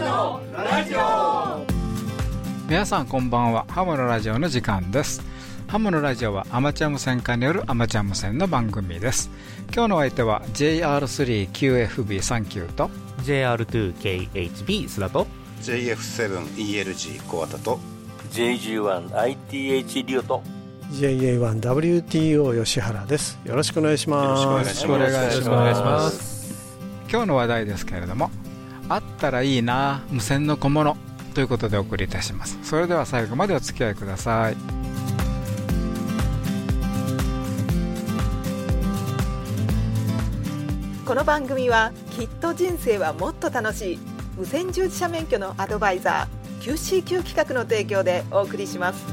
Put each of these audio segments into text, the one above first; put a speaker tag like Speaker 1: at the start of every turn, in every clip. Speaker 1: ラジオ
Speaker 2: 皆さんこんばんはハムのラジオの時間ですハムのラジオはアマチュア無線化によるアマチュア無線の番組です今日のお相手は JR3QFB39 と
Speaker 3: JR2KHB 須田と
Speaker 4: JF7ELG 小型と
Speaker 5: J11ITH リオと
Speaker 6: JA1WTO 吉原ですよろしくお願いします
Speaker 2: し
Speaker 4: よろ
Speaker 2: くお願いします
Speaker 3: お願いします
Speaker 2: 今日の話題ですけれどもあったらいいな無線の小物ということでお送りいたしますそれでは最後までお付き合いください
Speaker 7: この番組はきっと人生はもっと楽しい無線従事者免許のアドバイザー QCQ 企画の提供でお送りします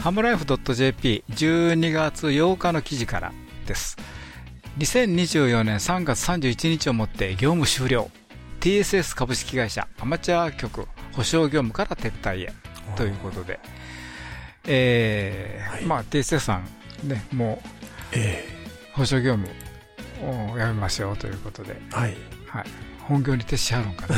Speaker 2: ハムライフ .jp12 月8日の記事からです2024年3月31日をもって業務終了 TSS 株式会社アマチュア局保証業務から撤退へということで、えーまあ、TSS さん、ね、も
Speaker 6: え
Speaker 2: う保証業務をやめましょうということで、
Speaker 6: えはい
Speaker 2: はい、本業に徹しはるんかな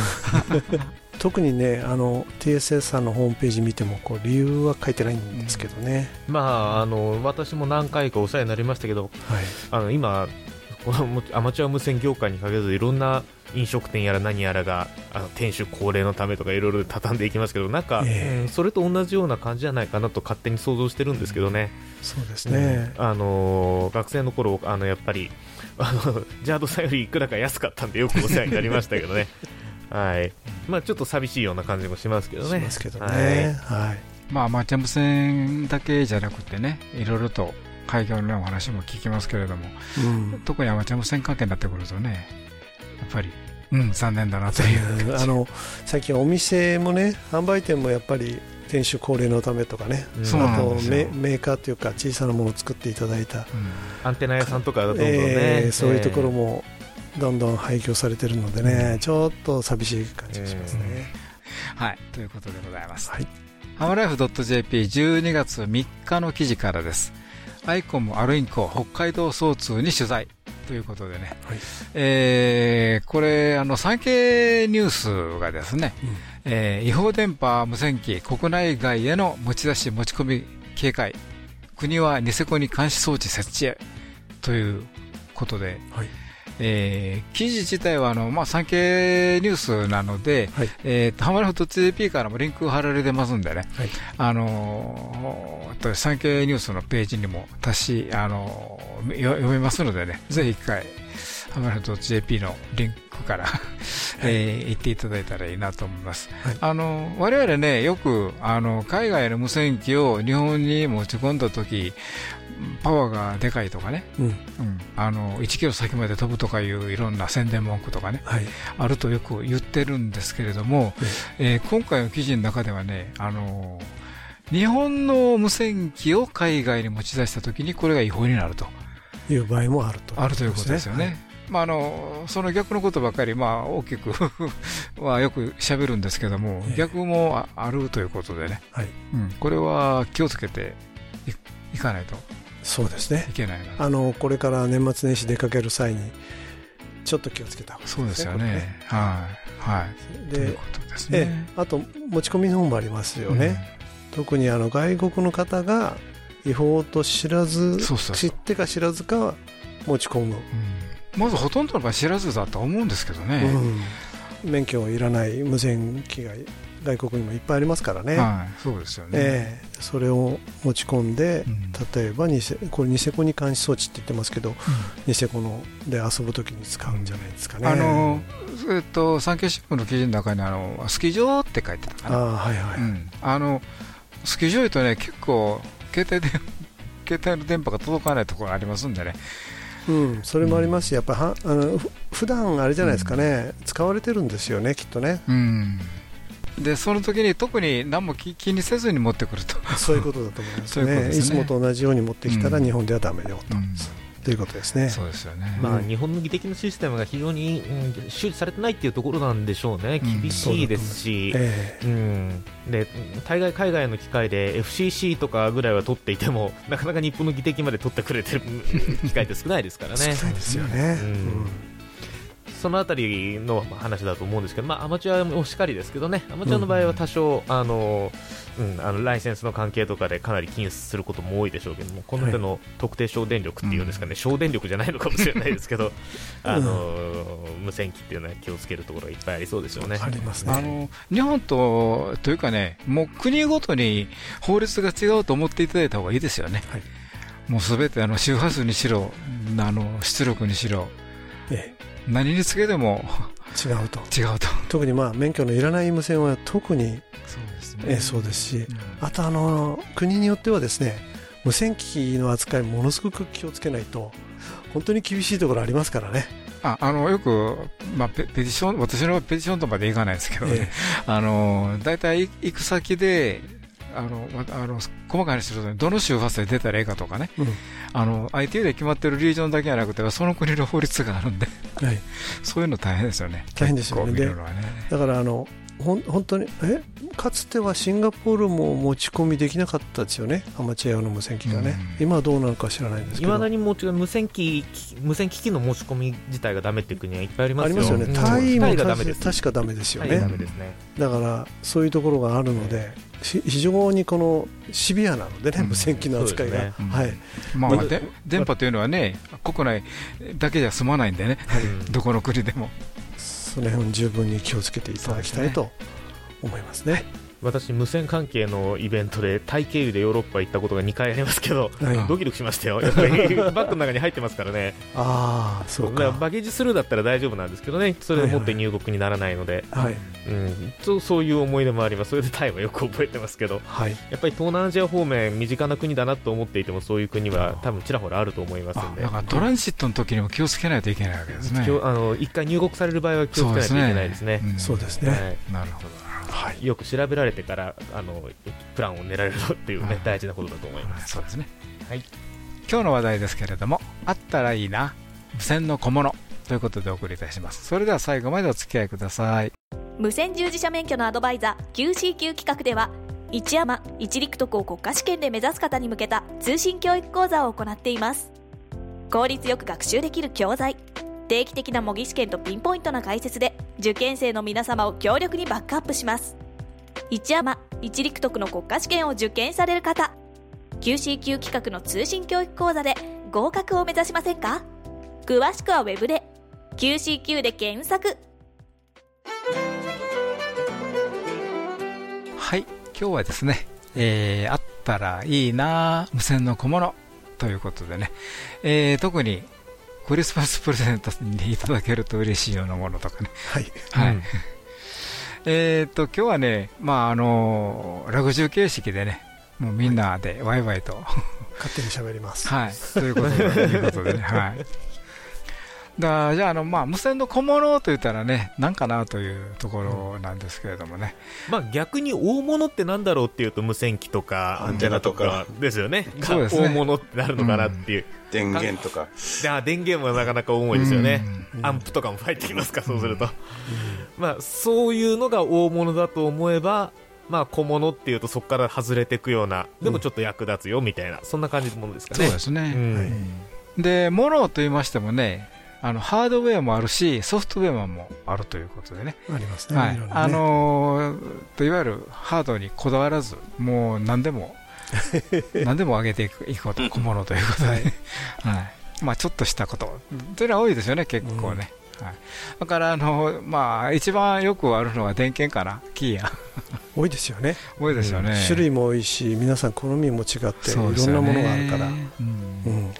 Speaker 6: 特にねあの TSS さんのホームページ見てもこう理由は書いてないんですけどね、
Speaker 3: まああの私も何回かお世話になりましたけど
Speaker 6: はい
Speaker 3: あの今このアマチュア無線業界に限らずいろんな飲食店やら何やらがあの店主高齢のためとかいろいろ畳んでいきますけどなんか、
Speaker 6: ええ
Speaker 3: うんそれと同じような感じじゃないかなと勝手に想像してるんですけどね、
Speaker 6: そうですね、
Speaker 3: あのー学生の頃あのやっぱりあの ジャードさんよりいくらか安かったんでよくお世話になりましたけど ねはいまあちょっと寂しいような感じもしますけど
Speaker 6: し
Speaker 3: ね
Speaker 6: ますけどね
Speaker 3: はい
Speaker 6: はい、
Speaker 2: まあアマチュア無線だけじゃなくてねいろいろと開業のお話も聞きますけれども
Speaker 6: うん
Speaker 2: 特にアマチュア無線関係になってくるとね、やっぱり、うん、残念だなという
Speaker 6: あの最近お店もね販売店もやっぱり店主高齢のためとかね、
Speaker 3: うん
Speaker 2: そう
Speaker 6: あ
Speaker 2: なん
Speaker 6: と
Speaker 2: です
Speaker 6: メ
Speaker 2: よ。
Speaker 6: メーカーというか小さなものを作っていただいた、
Speaker 2: うん
Speaker 3: アンテナ屋さんとかだとどんどんね、
Speaker 6: ええそういうところ
Speaker 3: も
Speaker 6: もどんどん廃墟されてるのでね、ちょっと寂しい感じがしますね、
Speaker 2: はい、ということでございます。
Speaker 6: はい
Speaker 2: ハムライフ .jp12 月3日の記事からです。アイコムアルインコ北海道総通に取材ということでね、
Speaker 6: はい
Speaker 2: えーこれ、あの、産経ニュースがですね、
Speaker 6: うん
Speaker 2: えー違法電波無線機国内外への持ち出し持ち込み警戒国はニセコに監視装置設置へということで、
Speaker 6: はい
Speaker 2: えー記事自体はあの、まあ、産経ニュースなので、
Speaker 6: はい
Speaker 2: えーとハマラフ .jp からもリンク貼られてますんでね、
Speaker 6: はい
Speaker 2: あのーえっと産経ニュースのページにも足し、あのーよ読めますのでね、ぜひ一回、ハマラフ .jp のリンクから、 えー行っていただいたらいいなと思います。
Speaker 6: はい
Speaker 2: あの我々ね、よくあの海外の無線機を日本に持ち込んだ時パワーがでかいとかね、
Speaker 6: うん
Speaker 2: うん、あの1キロ先まで飛ぶとかいういろんな宣伝文句とかね
Speaker 6: はい
Speaker 2: あるとよく言ってるんですけれども、えー今回の記事の中ではねあの日本の無線機を海外に持ち出した時にこれが違法になると
Speaker 6: いう場合もあると
Speaker 2: あるということですよね。
Speaker 6: はい
Speaker 2: まあ、あのその逆のことばかり、まあ、大きく はよくしゃべるんですけども、
Speaker 6: ええ
Speaker 2: 逆もああるということでね、
Speaker 6: はい
Speaker 2: うん、これは気をつけていいかないと
Speaker 6: そうですね
Speaker 2: いけないなと
Speaker 6: あのこれから年末年始出かける際にちょっと気をつけた方がいい
Speaker 2: そうですよね。はい、はい
Speaker 6: これね
Speaker 2: という
Speaker 6: で
Speaker 2: ことです
Speaker 6: え
Speaker 2: ね。
Speaker 6: えあと持ち込みの方もありますよね、特にあの外国の方が違法と知ら
Speaker 2: う
Speaker 6: ず
Speaker 2: ん。そうそう
Speaker 6: 知
Speaker 2: そう
Speaker 6: っ、てか知らずか持ち込む、
Speaker 2: うんまずほとんどの場合知らずだと思うんですけどね。
Speaker 6: うん、免許いらない無線機が外国にもいっぱいありますからね、
Speaker 2: はい、そうですよね。
Speaker 6: ええそれを持ち込んで、
Speaker 2: うん
Speaker 6: 例えばニセこれニセコに監視装置って言ってますけど、ニセコので遊ぶときに使うんじゃないですかね、
Speaker 2: あの、えっと、産経新聞の記事の中に、あの、スキー場って書いてたか
Speaker 6: あ
Speaker 2: な。
Speaker 6: あはいはい、
Speaker 2: うん、あのスキー場行くとね結構携帯で 携帯の電波が届かないところがありますんでね
Speaker 6: うん、それもありますし、やっぱはあのふ普段あれじゃないですかね、使われてるんですよね、きっ とね、
Speaker 2: うんでその時に特に何も気気にせずに持ってくると、
Speaker 6: そういうことだと思います
Speaker 2: そういうこと
Speaker 6: ね、
Speaker 2: で
Speaker 6: い
Speaker 2: す
Speaker 6: つ
Speaker 2: ね
Speaker 6: もと同じように持ってきたら、
Speaker 2: うん
Speaker 6: 日本ではだめよ
Speaker 2: うん
Speaker 6: ということですね。
Speaker 2: そうですよね、
Speaker 3: まあ、
Speaker 6: うん
Speaker 3: 日本の技的なシステムが非常に、うん、周知されてないっていうところなんでしょうね、
Speaker 2: うん
Speaker 3: 厳しいですし、
Speaker 6: え
Speaker 3: うん、で大概海外の機会で FCC とかぐらいは取っていても、なかなか日本の技的まで取ってくれてるうん機会って少ないですから
Speaker 6: え
Speaker 3: ね、
Speaker 6: 少ないですよね、
Speaker 3: うん
Speaker 6: うん
Speaker 3: そのあたりの話だと思うんですけど、まあ、アマチュアもしっかりですけどね、アマチュアの場合は多少、あのうん、あのライセンスの関係とかでかなり禁止することも多いでしょうけども、この手の特定省電力っていうんですかね、省電力じゃないのかもしれないですけ ど、あの無線機っていうのは気をつけるところがいっぱいありそうですよね。
Speaker 6: あります
Speaker 2: あ
Speaker 6: ね。
Speaker 2: の日本とというかね、もう国ごとに法律が違うと思っていただいた方がいいですよね、
Speaker 6: はい
Speaker 2: もうすべてあの周波数にしろ、あの出力にしろ、
Speaker 6: え
Speaker 2: 何につけても
Speaker 6: え違うと。
Speaker 2: 違うと、
Speaker 6: 特にまあ免許のいらない無線は特に、
Speaker 2: そうです
Speaker 6: ええそうですし、
Speaker 2: ん
Speaker 6: あとあの国によってはですね無線機の扱いものすごく気をつけないと本当に厳しいところありますからね。
Speaker 2: ああのよく、まあ、ペペティション私のペティションとまでいかないですけどね、
Speaker 6: え
Speaker 2: あの大体い行く先であのまあの細かい話するとねどの周波数で出たらいいかとかね、
Speaker 6: えうん
Speaker 2: あの ITU で決まってるリージョンだけじゃなくてその国の法律があるんで
Speaker 6: はい、
Speaker 2: そういうの大変ですよね
Speaker 6: 大変ですよ
Speaker 2: 結
Speaker 6: ね
Speaker 2: 構見るのはね
Speaker 6: だからあのほん本当にえかつてはシンガポールも持ち込みできなかったですよねアマチュア用の無線機がね、
Speaker 2: うん
Speaker 6: 今はどうなのか知らないんですけ
Speaker 3: い
Speaker 6: ど
Speaker 3: まだにもちろん無線機無線機器の持ち込み自体がダメっていう国はいっぱいあります
Speaker 6: あ
Speaker 3: よ
Speaker 6: りますよね、
Speaker 3: うん
Speaker 6: タイ
Speaker 3: タ
Speaker 6: も
Speaker 3: イがダメです
Speaker 6: 確かダメですよ
Speaker 3: タイ
Speaker 6: ね、
Speaker 3: がダメですね
Speaker 6: だからそういうところがあるので、し非常にこのシビアなのでね、
Speaker 2: うん
Speaker 6: 無線機の扱いが、
Speaker 3: そうです
Speaker 2: ね
Speaker 6: はい、
Speaker 2: まあ
Speaker 3: ま
Speaker 2: で電波というのはね国内だけじゃ済まないんでね
Speaker 3: うん
Speaker 2: どこの国でも
Speaker 6: その辺を十分に気をつけていただきたいと思いますね。
Speaker 3: 私無線関係のイベントでタイ経由でヨーロッパ行ったことが2回ありますけど
Speaker 6: はい、
Speaker 2: うん
Speaker 3: ドキドキしましたよやっぱりバッグの中に入ってますからね
Speaker 6: ああ、そう
Speaker 3: だら
Speaker 6: か。
Speaker 3: バゲージスルーだったら大丈夫なんですけどねそれを持って入国にならないので、
Speaker 6: はい、
Speaker 3: うん、そうそういう思い出もありますそれでタイはよく覚えてますけど
Speaker 6: はい、
Speaker 3: やっぱり東南アジア方面身近な国だなと思っていてもそういう国は多分ちらほらあると思います
Speaker 2: あ
Speaker 3: んで
Speaker 2: だからトランジットの時にも気をつけないといけないわけですね
Speaker 3: きょあの一回入国される場合は気をつけないといけないですね
Speaker 2: ん
Speaker 6: そうですね。
Speaker 3: はい
Speaker 2: なるほど
Speaker 6: はい、
Speaker 3: よく調べられてからあのプランを練られるっていう
Speaker 2: はい
Speaker 3: ね大事なことだと思います。
Speaker 2: そうですね、
Speaker 3: はい
Speaker 2: 今日の話題ですけれどもあったらいいな無線の小物ということでお送りいたしますそれでは最後までお付き合いください
Speaker 1: 無線従事者免許のアドバイザー QCQ 企画では一山一陸徳を国家試験で目指す方に向けた通信教育講座を行っています効率よく学習できる教材定期的な模擬試験とピンポイントな解説で受験生の皆様を強力にバックアップします一山一陸徳の国家試験を受験される方 QCQ 企画の通信教育講座で合格を目指しませんか詳しくはウェブで QCQ で検索
Speaker 2: はい今日はですね、えーあったらいいな無線の小物ということでね、えー特にクリスマスプレゼントにいただけると嬉しいようなものとかね
Speaker 6: はい、
Speaker 2: はい、
Speaker 3: うん
Speaker 2: えー、と今日はね、まああの落語形式でね、もうみんなでワイワイと、
Speaker 6: 勝手に喋ります。
Speaker 2: はい、ということで、ということ でね、はい。だじゃああの、まあ、無線の小物と言ったらね、なんかなというところなんですけれどもね、
Speaker 3: まあ逆に大物ってなんだろうっていうと無線機とかアンテナと
Speaker 4: アンテナ
Speaker 3: かですよね。
Speaker 2: そうですね
Speaker 3: が大物ってなるのかなっていう。
Speaker 4: 電源とか
Speaker 3: であ電源もなかなか重いですよね
Speaker 6: う。ん
Speaker 3: アンプとかも入ってきますかそうすると。まあそういうのが大物だと思えば。まあ小物っていうとそこから外れていくようなでもちょっと役立つよみたいな、そんな感じのものですかね。
Speaker 2: すね
Speaker 3: うん
Speaker 6: はい
Speaker 2: で、モノと言いましてもね、あのハードウェアもあるし、ソフトウェアもあるということでね、
Speaker 6: ありますね。
Speaker 2: はい
Speaker 6: いろんなね
Speaker 2: あのーといわゆるハードにこだわらず、もう何で も何でも上げていくいこうと小物ということ で、はいまあ、ちょっとしたことというのは多いですよね、結構ね。はい、だから、あのーまあ、一番よくあるのは電源かな、キーや、
Speaker 6: 多いですよね。
Speaker 2: 多いですよね。
Speaker 6: 種類も多いし、皆さん好みも違って、いろ
Speaker 2: そうんですよ
Speaker 6: な
Speaker 2: ね
Speaker 6: ものがあるから。
Speaker 2: うん
Speaker 6: うん、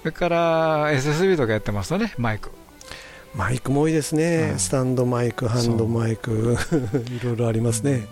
Speaker 2: それから SSB とかやってますとね、マイク。
Speaker 6: マイクも多いですね、
Speaker 2: うん
Speaker 6: スタンドマイク、ハンドマイク、 いろいろありますね、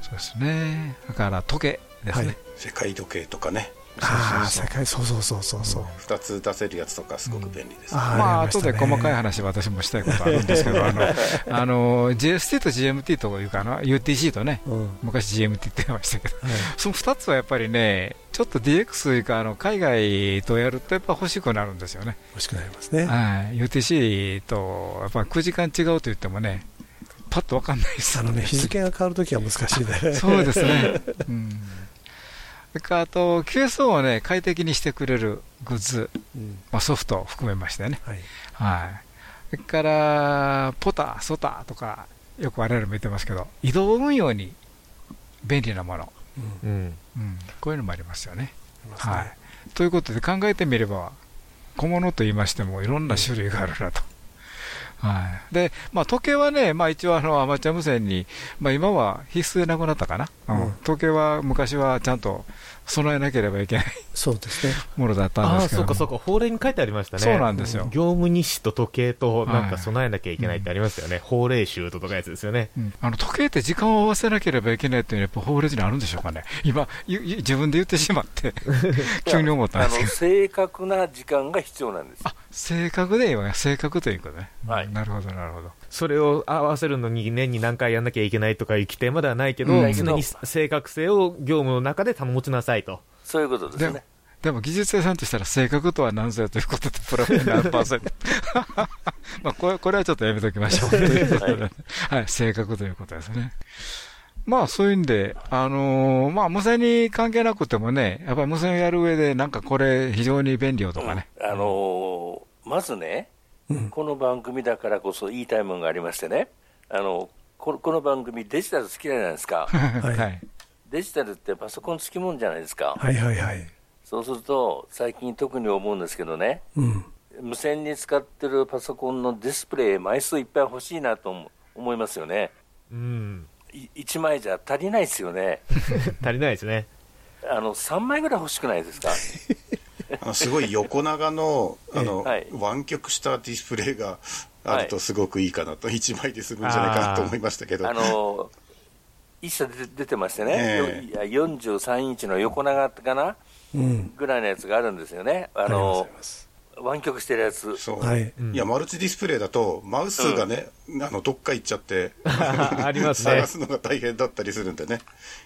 Speaker 2: そうですね。だから時計ですね。
Speaker 6: はい
Speaker 4: 世界時計とかね
Speaker 6: ああ、世界、そうそうそうそうそう、
Speaker 4: 2つ出せるやつとかすごく便利です、
Speaker 6: あ
Speaker 2: まあ、
Speaker 6: り
Speaker 2: 後
Speaker 6: した
Speaker 2: で
Speaker 6: ね
Speaker 2: 細かい話、私もしたいことあるんですけ ど、あの、あの GST と GMT というかな、UTC とね、
Speaker 6: うんは
Speaker 2: 昔 GMT って言いましたけど、
Speaker 6: い
Speaker 2: その2つはやっぱりね、ちょっと DX 以下、あの海外とやるとやっぱ欲しくなるんですよね。
Speaker 6: 欲しくなりますね、
Speaker 2: はい、UTC と、やっぱ9時間違うと言ってもね、パッと分かんないです
Speaker 6: あのね、日付が変わるときは難しい ね、
Speaker 2: そうです ね。うん。それからあと、QSO をね、快適にしてくれるグッズ、
Speaker 6: うん
Speaker 2: まあ、ソフトを含めましてね。
Speaker 6: はい
Speaker 2: はい。それから、ポタ、ソタとか、よく我々も言ってますけど、移動運用に便利なもの、
Speaker 6: うん
Speaker 3: うん、
Speaker 2: うん、こういうのもありますよね。
Speaker 6: ありますね
Speaker 2: はい、ということで考えてみれば小物と言いましてもいろんな種類があるなと。はい、で、まあ、時計はね、まあ、一応あのアマチュア無線に、まあ、今は必須でなくなったかな、うん
Speaker 6: うん
Speaker 2: 時計は昔はちゃんと備えなければいけない
Speaker 6: そうですね。
Speaker 2: ものだったん
Speaker 3: あ
Speaker 2: です
Speaker 3: あ
Speaker 2: け
Speaker 3: そ
Speaker 2: ど
Speaker 3: う
Speaker 2: も
Speaker 3: かそうか法令に書いてありましたね
Speaker 2: そうなんですよ、
Speaker 3: 業務日誌と時計となん
Speaker 2: は
Speaker 3: か
Speaker 2: い
Speaker 3: 備えなきゃいけないってありますよね、法令集とかやつですよね
Speaker 2: うんあの時計って時間を合わせなければいけないっていうのはやっぱ法律にあるんでしょうかね今ゆゆ自分で言ってしまって 急に思ったんですけど
Speaker 5: あの正確な時間が必要なんです。
Speaker 2: あ正確で言えば正確ということね、
Speaker 5: はい
Speaker 2: なるほどなるほど
Speaker 3: それを合わせるのに年に何回やんなきゃいけないとかいう規定まではないけど、
Speaker 2: うん
Speaker 3: 常に正確性を業務の中で保ちなさいと
Speaker 5: そういうことです
Speaker 2: でも
Speaker 5: ね。、
Speaker 2: でも技術屋さんとしたら正確とは何ぞやということで、プロフィール何パーセン ト。まあこれ、これはちょっとやめときましょう。ということでねはい、正確ということですね。まあそういうんで、あのーまあ無線に関係なくてもね、やっぱり無線をやる上でなんかこれ非常に便利よとかね。
Speaker 5: うんあのーまずね、この番組だからこそ言いたいものがありましてね、あのここの番組、デジタル好きじゃないですか、
Speaker 2: はい。
Speaker 5: デジタルってパソコン付きもんじゃないですか、
Speaker 6: はいはいはい。
Speaker 5: そうすると、最近特に思うんですけどね、
Speaker 6: うん。
Speaker 5: 無線に使ってるパソコンのディスプレイ、枚数いっぱい欲しいなと思思いますよね、
Speaker 3: うん
Speaker 5: 1枚じゃ足りないですよね、
Speaker 3: 足りないですね
Speaker 5: あの3枚ぐらい欲しくないですか、
Speaker 4: あのすごい横長のあの、
Speaker 5: はい
Speaker 4: 湾曲したディスプレイがあるとすごくいいかなと、一枚で済むんじゃないかなと思いましたけど
Speaker 5: あの一社で出てましてね、よ
Speaker 4: ええ
Speaker 5: いや43インチの横長かな。
Speaker 6: うん。
Speaker 5: ぐらいのやつがあるんですよね、あ
Speaker 6: ありがとうご
Speaker 5: の
Speaker 6: ざいます。
Speaker 5: 湾曲してるやつ、
Speaker 4: そう、
Speaker 6: はい
Speaker 4: いやマルチディスプレイだとマウスがね、あのどっか行っちゃって
Speaker 3: ありますね
Speaker 4: 探すのが大変だったりするんでね、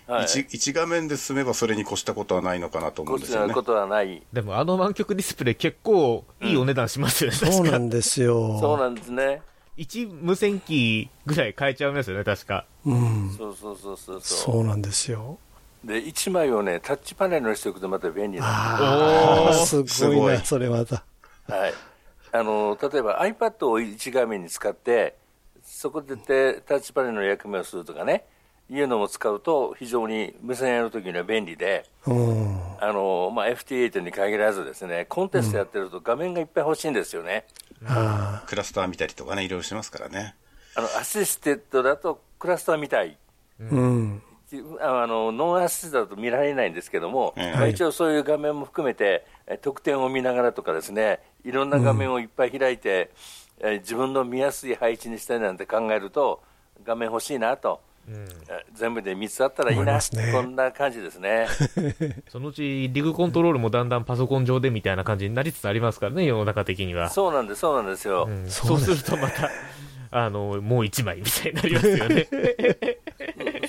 Speaker 5: はい
Speaker 4: 一一画面で済めばそれに越したことはないのかなと思
Speaker 5: こ
Speaker 4: うん
Speaker 5: っ
Speaker 4: で
Speaker 5: ち
Speaker 4: すよ
Speaker 5: の
Speaker 4: ね
Speaker 5: ことはない、
Speaker 3: でもあの湾曲ディスプレイ結構いいお値段しますよね、
Speaker 6: そう
Speaker 3: 確
Speaker 6: な
Speaker 3: か
Speaker 6: んですよ。
Speaker 5: そうなんですね、
Speaker 3: 1無線機ぐらい買えちゃいますよね確か
Speaker 6: うん。
Speaker 5: そうそうそうそうそう
Speaker 6: そうなんですよ。
Speaker 5: で、1枚をね、タッチパネルにしておくとまた便利なん
Speaker 6: ああ、す
Speaker 4: す
Speaker 6: ご
Speaker 4: ご
Speaker 6: い
Speaker 4: い
Speaker 6: な、それまた。
Speaker 5: です、はい、あの例えば iPad を1画面に使って、そこでてタッチパネルの役目をするとかね、いうのも使うと、非常に無線やるときには便利で、
Speaker 6: うん。
Speaker 5: あのまあ、FT8 に限らずですね、コンテストやってると画面がいっぱい欲しいんですよね。
Speaker 6: あ
Speaker 4: クラスター見たりとかねいろいろしますからね
Speaker 5: あのアシステッドだとクラスターみたい、
Speaker 6: あ、うん。
Speaker 5: ああのノンアシストだと見られないんですけども、
Speaker 4: ええ
Speaker 5: まあ一応そういう画面も含めて、え得点を見ながらとかですね、いろんな画面をいっぱい開いて、え自分の見やすい配置にしたいなんて考えると、画面欲しいなと、え全部で3つあったらいい
Speaker 6: 思い
Speaker 5: な、
Speaker 6: ますね
Speaker 5: こんな感じで すね。
Speaker 3: そのうちリグコントロールもだんだんパソコン上でみたいな感じになりつつありますからね世の中的には
Speaker 5: そうなんです、そうなんですよ。
Speaker 3: うんそうするとまたあのもう1枚みたいになりますよね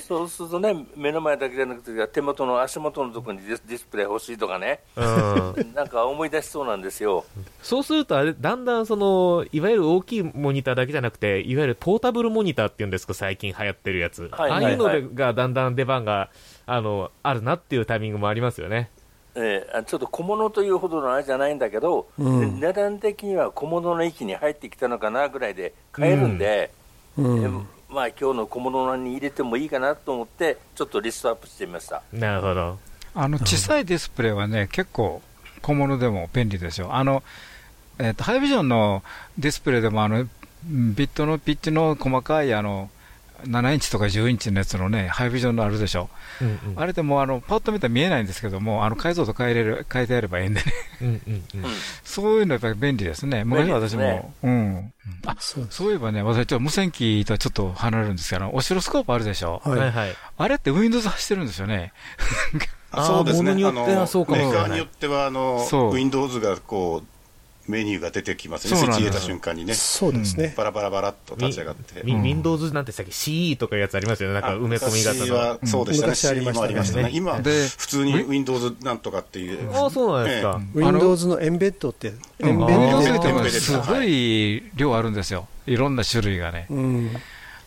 Speaker 5: そうするとね、目の前だけじゃなくて、手元の足元のところにディスディスプレイ欲しいとかね、
Speaker 3: うん
Speaker 5: なんか思い出しそうなんですよ。
Speaker 3: そうするとあれ、だんだんその、いわゆる大きいモニターだけじゃなくて、いわゆるポータブルモニターっていうんですか、最近流行ってるやつ。
Speaker 5: はい
Speaker 3: ああいうの
Speaker 5: はい
Speaker 3: でがだんだん出番が、あの、あるなっていうタイミングもありますよね。
Speaker 5: えーあちょっと小物というほどのあれじゃないんだけど、
Speaker 6: うん
Speaker 5: で値段的には小物の域に入ってきたのかなぐらいで買えるんで、
Speaker 6: う
Speaker 5: で
Speaker 6: ん。
Speaker 5: まあ今日の小物に入れてもいいかなと思って、ちょっとリストアップしてみました。
Speaker 3: なるほど。
Speaker 2: あの小さいディスプレイはね、結構小物でも便利ですよ。あの、えっ、と、ハイビジョンのディスプレイでも、あの、うんビットのピッチの細かい、あの、7インチとか10インチのやつのね、ハイビジョンのあるでしょ。
Speaker 3: うん
Speaker 2: あれでも、あの、パッと見たら見えないんですけども、あの、解像度変えれる、変えてやればええんでね。
Speaker 3: うん。うんうんうん。
Speaker 2: そういうのやっぱり便利ですね。昔は私も、
Speaker 5: 便利ですね
Speaker 2: うん。あ、
Speaker 6: そうです。
Speaker 2: そういえばね、私ちょっと無線機とはちょっと離れるんですけど、あのオシロスコープあるでしょ。
Speaker 6: はい
Speaker 3: はいはい。
Speaker 2: あれって Windows 走ってるんですよね。
Speaker 3: あー
Speaker 4: あそうです
Speaker 3: 物
Speaker 4: ね
Speaker 3: によっては
Speaker 4: あ
Speaker 3: そう
Speaker 4: の
Speaker 3: かもしれ
Speaker 4: メ
Speaker 3: な
Speaker 4: ー
Speaker 3: い
Speaker 4: カーによってはあの
Speaker 2: そう
Speaker 4: Windows がこうメニューが出てきますね
Speaker 2: そう
Speaker 4: スイ
Speaker 2: なん
Speaker 4: ッチ
Speaker 2: です
Speaker 4: 入れた瞬間にね
Speaker 6: そうですね。
Speaker 4: バラバラバラっと立ち上がって
Speaker 3: み
Speaker 2: うん
Speaker 3: Windows なんてさっき CE とかいうやつありますよね。なんか埋め込み
Speaker 4: 昔
Speaker 3: 型
Speaker 4: はそうでしたね
Speaker 6: 昔ありまし
Speaker 4: CE も
Speaker 6: たね
Speaker 4: ありましたね今
Speaker 2: で
Speaker 4: 普通に Windows なんとかっていう
Speaker 3: の。ああ、そうなんですか。
Speaker 6: Windows のエンベッドって、エンベッド
Speaker 4: あ
Speaker 2: Windows
Speaker 4: ー
Speaker 2: っても
Speaker 6: で
Speaker 2: ねすごい量あるんですよ。いろんな種類がね。
Speaker 6: うん。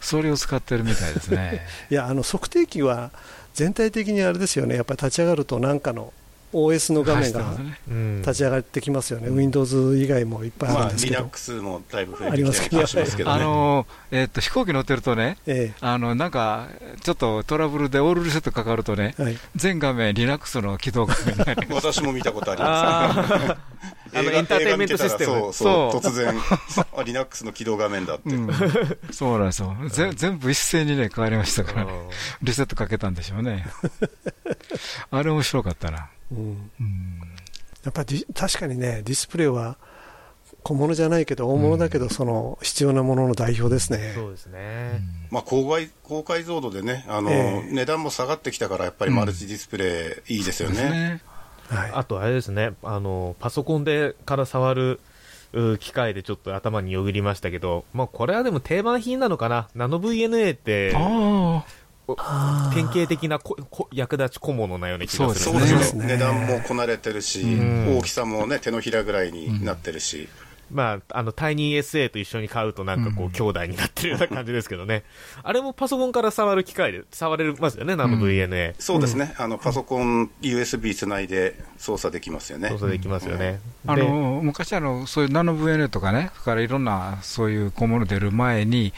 Speaker 2: それを使ってるみたいですね。
Speaker 6: いや、あの測定器は全体的にあれですよね、やっぱり立ち上がると、なんかの OS の画
Speaker 2: 走
Speaker 6: 面が
Speaker 2: ってますね
Speaker 3: うん
Speaker 6: 立ち上がってきますよね、Windows 以外もいっぱいあ
Speaker 4: ま
Speaker 6: るん
Speaker 4: あ、
Speaker 6: ですけど、
Speaker 4: Linux もだいぶ増えてきたりはしますけど
Speaker 2: あ
Speaker 4: ね。
Speaker 2: のーえーっと飛行機乗ってるとね、
Speaker 6: え
Speaker 2: あのなんかちょっとトラブルでオールリセットかかるとね
Speaker 6: え、はい、
Speaker 2: 全画面、Linux の起動画面にな る
Speaker 4: 私も見たことあります。
Speaker 3: あーあのエンターテインメントシステ
Speaker 4: 映画見
Speaker 3: ム
Speaker 4: てたらそ
Speaker 2: そ
Speaker 4: う、そう、突然、あ、Linux の起動画面だって。
Speaker 2: うんそうなんですよ、ぜ全部一斉にね、変わりましたからね、リセットかけたんでしょう ね、あれ面白かったな、
Speaker 6: うん、
Speaker 2: うん
Speaker 6: やっぱりディ確かにね、ディスプレイは小物じゃないけど、大物だけど、その必要なものの代表ですね、
Speaker 3: そうですね、
Speaker 4: まあ、高解高解像度でね、あの、
Speaker 6: ええ
Speaker 4: 値段も下がってきたから、やっぱりマルチディスプレイいいですよ
Speaker 2: です
Speaker 4: ね。
Speaker 2: ね、
Speaker 3: あ
Speaker 6: は
Speaker 3: とあれですねあのパソコンでから触るう機械でちょっと頭によぎりましたけど、まあ、これはでも定番品なのかなナノ VNA って
Speaker 2: あ
Speaker 3: 典型的なここ役立ち小物なような気がす
Speaker 4: そ
Speaker 3: る
Speaker 4: うで
Speaker 3: ん
Speaker 4: す
Speaker 3: け
Speaker 4: ね
Speaker 3: ど
Speaker 6: そうで
Speaker 4: 値段
Speaker 6: すね
Speaker 4: もこなれてるし、
Speaker 3: ん
Speaker 4: 大きさもね、手のひらぐらいになってるし、
Speaker 3: まあ、あの、タイニー SA と一緒に買うとなんかこう、兄弟になってるような感じですけどね。あれもパソコンから触る機械で、触れますよね、ナノ VNA。
Speaker 4: そうですね、あのパソコン、USB つないで操作できますよね
Speaker 3: そう。そうできますよね。
Speaker 2: ーあ
Speaker 3: で
Speaker 2: の昔あの、そういうナノ VNA とかね、それからいろんなそういう小物出る前に、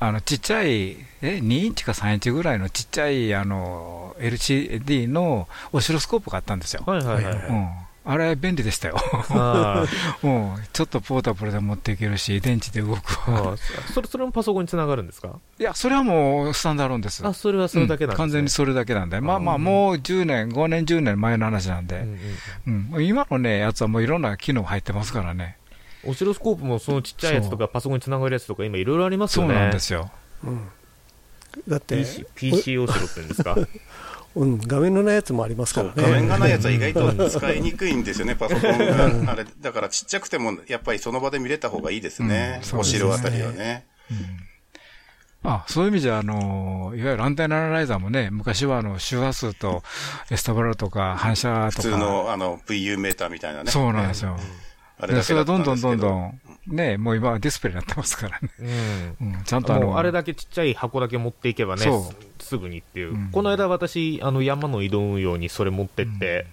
Speaker 2: あのちっちゃいえ、2インチか3インチぐらいのちっちゃいあの LCD のオシロスコープがあったんですよ。
Speaker 3: はいはいはいはい。
Speaker 2: うんあれ、便利で したよ、
Speaker 3: あ
Speaker 2: うんちょっとポータブルで持っていけるし、電池で動く
Speaker 3: あ
Speaker 2: わ、
Speaker 3: ああそれ、それもパソコンにつながるんですか
Speaker 2: いや、それはもうスタンダーローンです、
Speaker 3: あ、それはそれだけなんですね。
Speaker 2: 完全にそれだけなんで、まあまあ、もう10年、5年、10年前の話なんで、
Speaker 3: うんうん
Speaker 2: うん今のね、やつはもういろんな機能入ってますからね、
Speaker 3: オシロスコープもそのちっちゃいやつとか、パソコンにつながるやつとか、今いろいろあります
Speaker 2: そ
Speaker 3: よ
Speaker 2: う
Speaker 3: ね。
Speaker 2: なんですよ、
Speaker 6: いうん、だって、
Speaker 3: PC, PC オシロって言うんですか。
Speaker 6: うん、画面のないやつもありますか
Speaker 4: そう画
Speaker 6: ら
Speaker 4: 面
Speaker 6: ね、
Speaker 4: がないやつは意外と使いにくいんですよね、パソコンが。あれ、だからちっちゃくても、やっぱりその場で見れた方がいいですね
Speaker 2: うん。そう
Speaker 4: お
Speaker 2: ですね
Speaker 4: 城あたりはね。
Speaker 2: あそういう意味じゃ、あのいわゆるアンテナアナライザーもね、昔はあの周波数とエスタブラルとか反射
Speaker 4: 普
Speaker 2: と
Speaker 4: 通
Speaker 2: か、
Speaker 4: の、あの、VU メーターみたいなね。
Speaker 2: そうなんですよ、
Speaker 4: あれ
Speaker 2: で
Speaker 4: だ
Speaker 2: そ
Speaker 4: け
Speaker 2: れ
Speaker 4: だ
Speaker 2: が
Speaker 4: った
Speaker 2: どん
Speaker 4: で
Speaker 2: どん
Speaker 4: すけ
Speaker 2: どんどん、ね、もう今はディスプレイになってますからね。
Speaker 3: うん
Speaker 2: うんちゃんとあ
Speaker 3: もう
Speaker 2: の
Speaker 3: あれだけちっちゃい箱だけ持っていけばね
Speaker 2: そ、
Speaker 3: すすぐにっていう、
Speaker 2: うん
Speaker 3: この間、私、あの山の移動運用にそれ持ってって、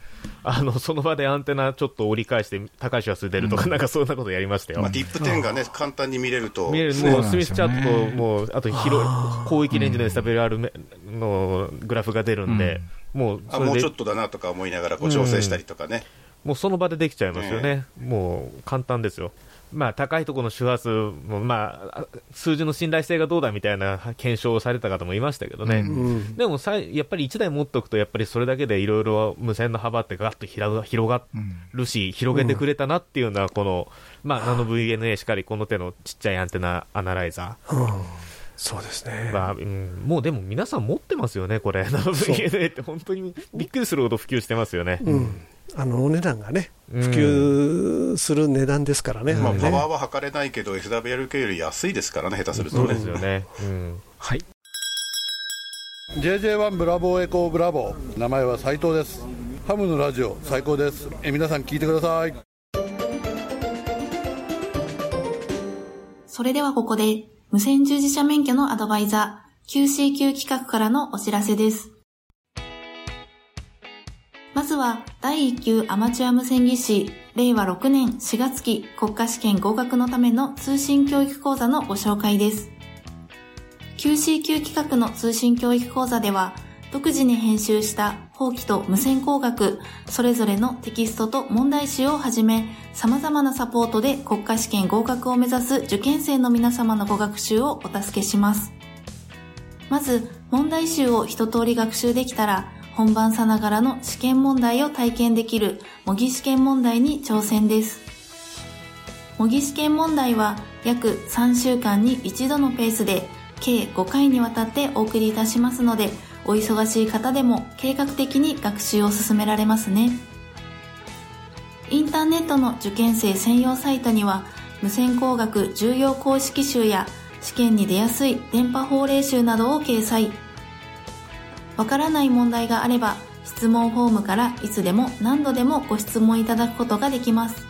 Speaker 3: あのその場でアンテナちょっと折り返して、高い周波数出るとか、なんかそんなことやりましたよ。
Speaker 4: まあ、ディップ10がね、簡単に見れると
Speaker 3: 見、える
Speaker 2: そうな
Speaker 3: も
Speaker 2: んで
Speaker 3: う
Speaker 2: すよね
Speaker 3: スミスチャートと、もうあと広い広域レンジの SWR のグラフが出るんで、もう
Speaker 4: あ、
Speaker 3: そ
Speaker 4: もう
Speaker 3: れ
Speaker 4: ちょ
Speaker 3: で
Speaker 4: っ、とだなとか思いながら、こう調整したりとかね。
Speaker 3: もうその場でできちゃいますよね、もう簡単ですよ。まあ、高いところの周波数も、まあ、数字の信頼性がどうだみたいな検証をされた方もいましたけどね、
Speaker 6: うん、
Speaker 3: でもさいやっぱり1台持っておくと、やっぱりそれだけでいろいろ無線の幅ってガッと広が広がるし、広げてくれたなっていうのは、この、まあ、ナノ VNA しかり、この手のちっちゃいアンテナアナライザ
Speaker 6: そうです
Speaker 3: ー
Speaker 6: ね、
Speaker 3: は、うんもうでも皆さん持ってますよね、これ、ナノ VNA って本当にびっくりするほど普及してますよね。
Speaker 6: うん、あのお値段がね、
Speaker 3: うん
Speaker 6: 普及する値段ですからね、
Speaker 4: まあ、
Speaker 6: あれ
Speaker 4: パ
Speaker 6: ね
Speaker 4: ワーは測れないけど、SWLK より安いですからね、下手すると
Speaker 3: そう
Speaker 4: ね
Speaker 3: で。すよね、うん、、
Speaker 2: はい。
Speaker 8: JJ1 ブラボーエコーブラボー名前は斉藤ですハムのラジオ最高ですえ皆さん聞いてください
Speaker 9: それではここで、無線従事者免許のアドバイザー、QCQ 企画からのお知らせです。まずは、第1級アマチュア無線技師、令和6年4月期国家試験合格のための通信教育講座のご紹介です。QCQ 企画の通信教育講座では、独自に編集した法規と無線工学、それぞれのテキストと問題集をはじめ、様々なサポートで国家試験合格を目指す受験生の皆様のご学習をお助けします。まず、問題集を一通り学習できたら、本番さながらの試験問題を体験できる模擬試験問題に挑戦です。模擬試験問題は約3週間に1度のペースで計5回にわたってお送りいたしますのでお忙しい方でも計画的に学習を進められますねインターネットの受験生専用サイトには無線工学重要公式集や試験に出やすい電波法令集などを掲載わからない問題があれば質問フォームからいつでも何度でもご質問いただくことができます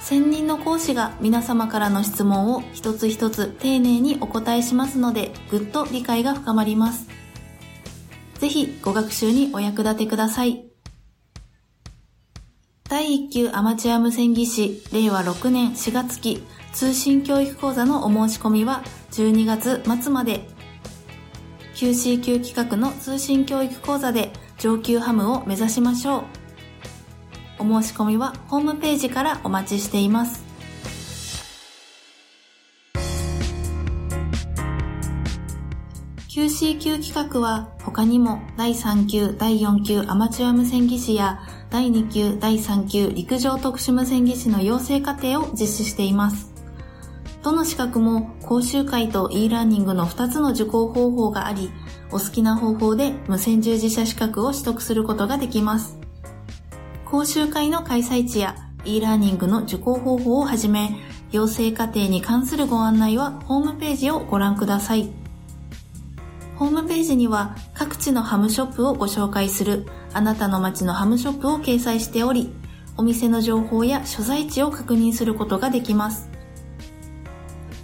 Speaker 9: 専任の講師が皆様からの質問を一つ一つ丁寧にお答えしますのでぐっと理解が深まりますぜひご学習にお役立てください第1級アマチュア無線技師令和6年4月期通信教育講座のお申し込みは12月末まで QCQ 企画の通信教育講座で上級ハムを目指しましょうお申し込みはホームページからお待ちしています9 c 級企画は他にも第3級、第4級アマチュア無線技師や第2級、第3級陸上特殊無線技師の養成課程を実施しています。どの資格も講習会と e ラーニングの2つの受講方法があり、お好きな方法で無線従事者資格を取得することができます。講習会の開催地や e ラーニングの受講方法をはじめ、養成課程に関するご案内はホームページをご覧ください。ホームページには各地のハムショップをご紹介するあなたの街のハムショップを掲載しており、お店の情報や所在地を確認することができます。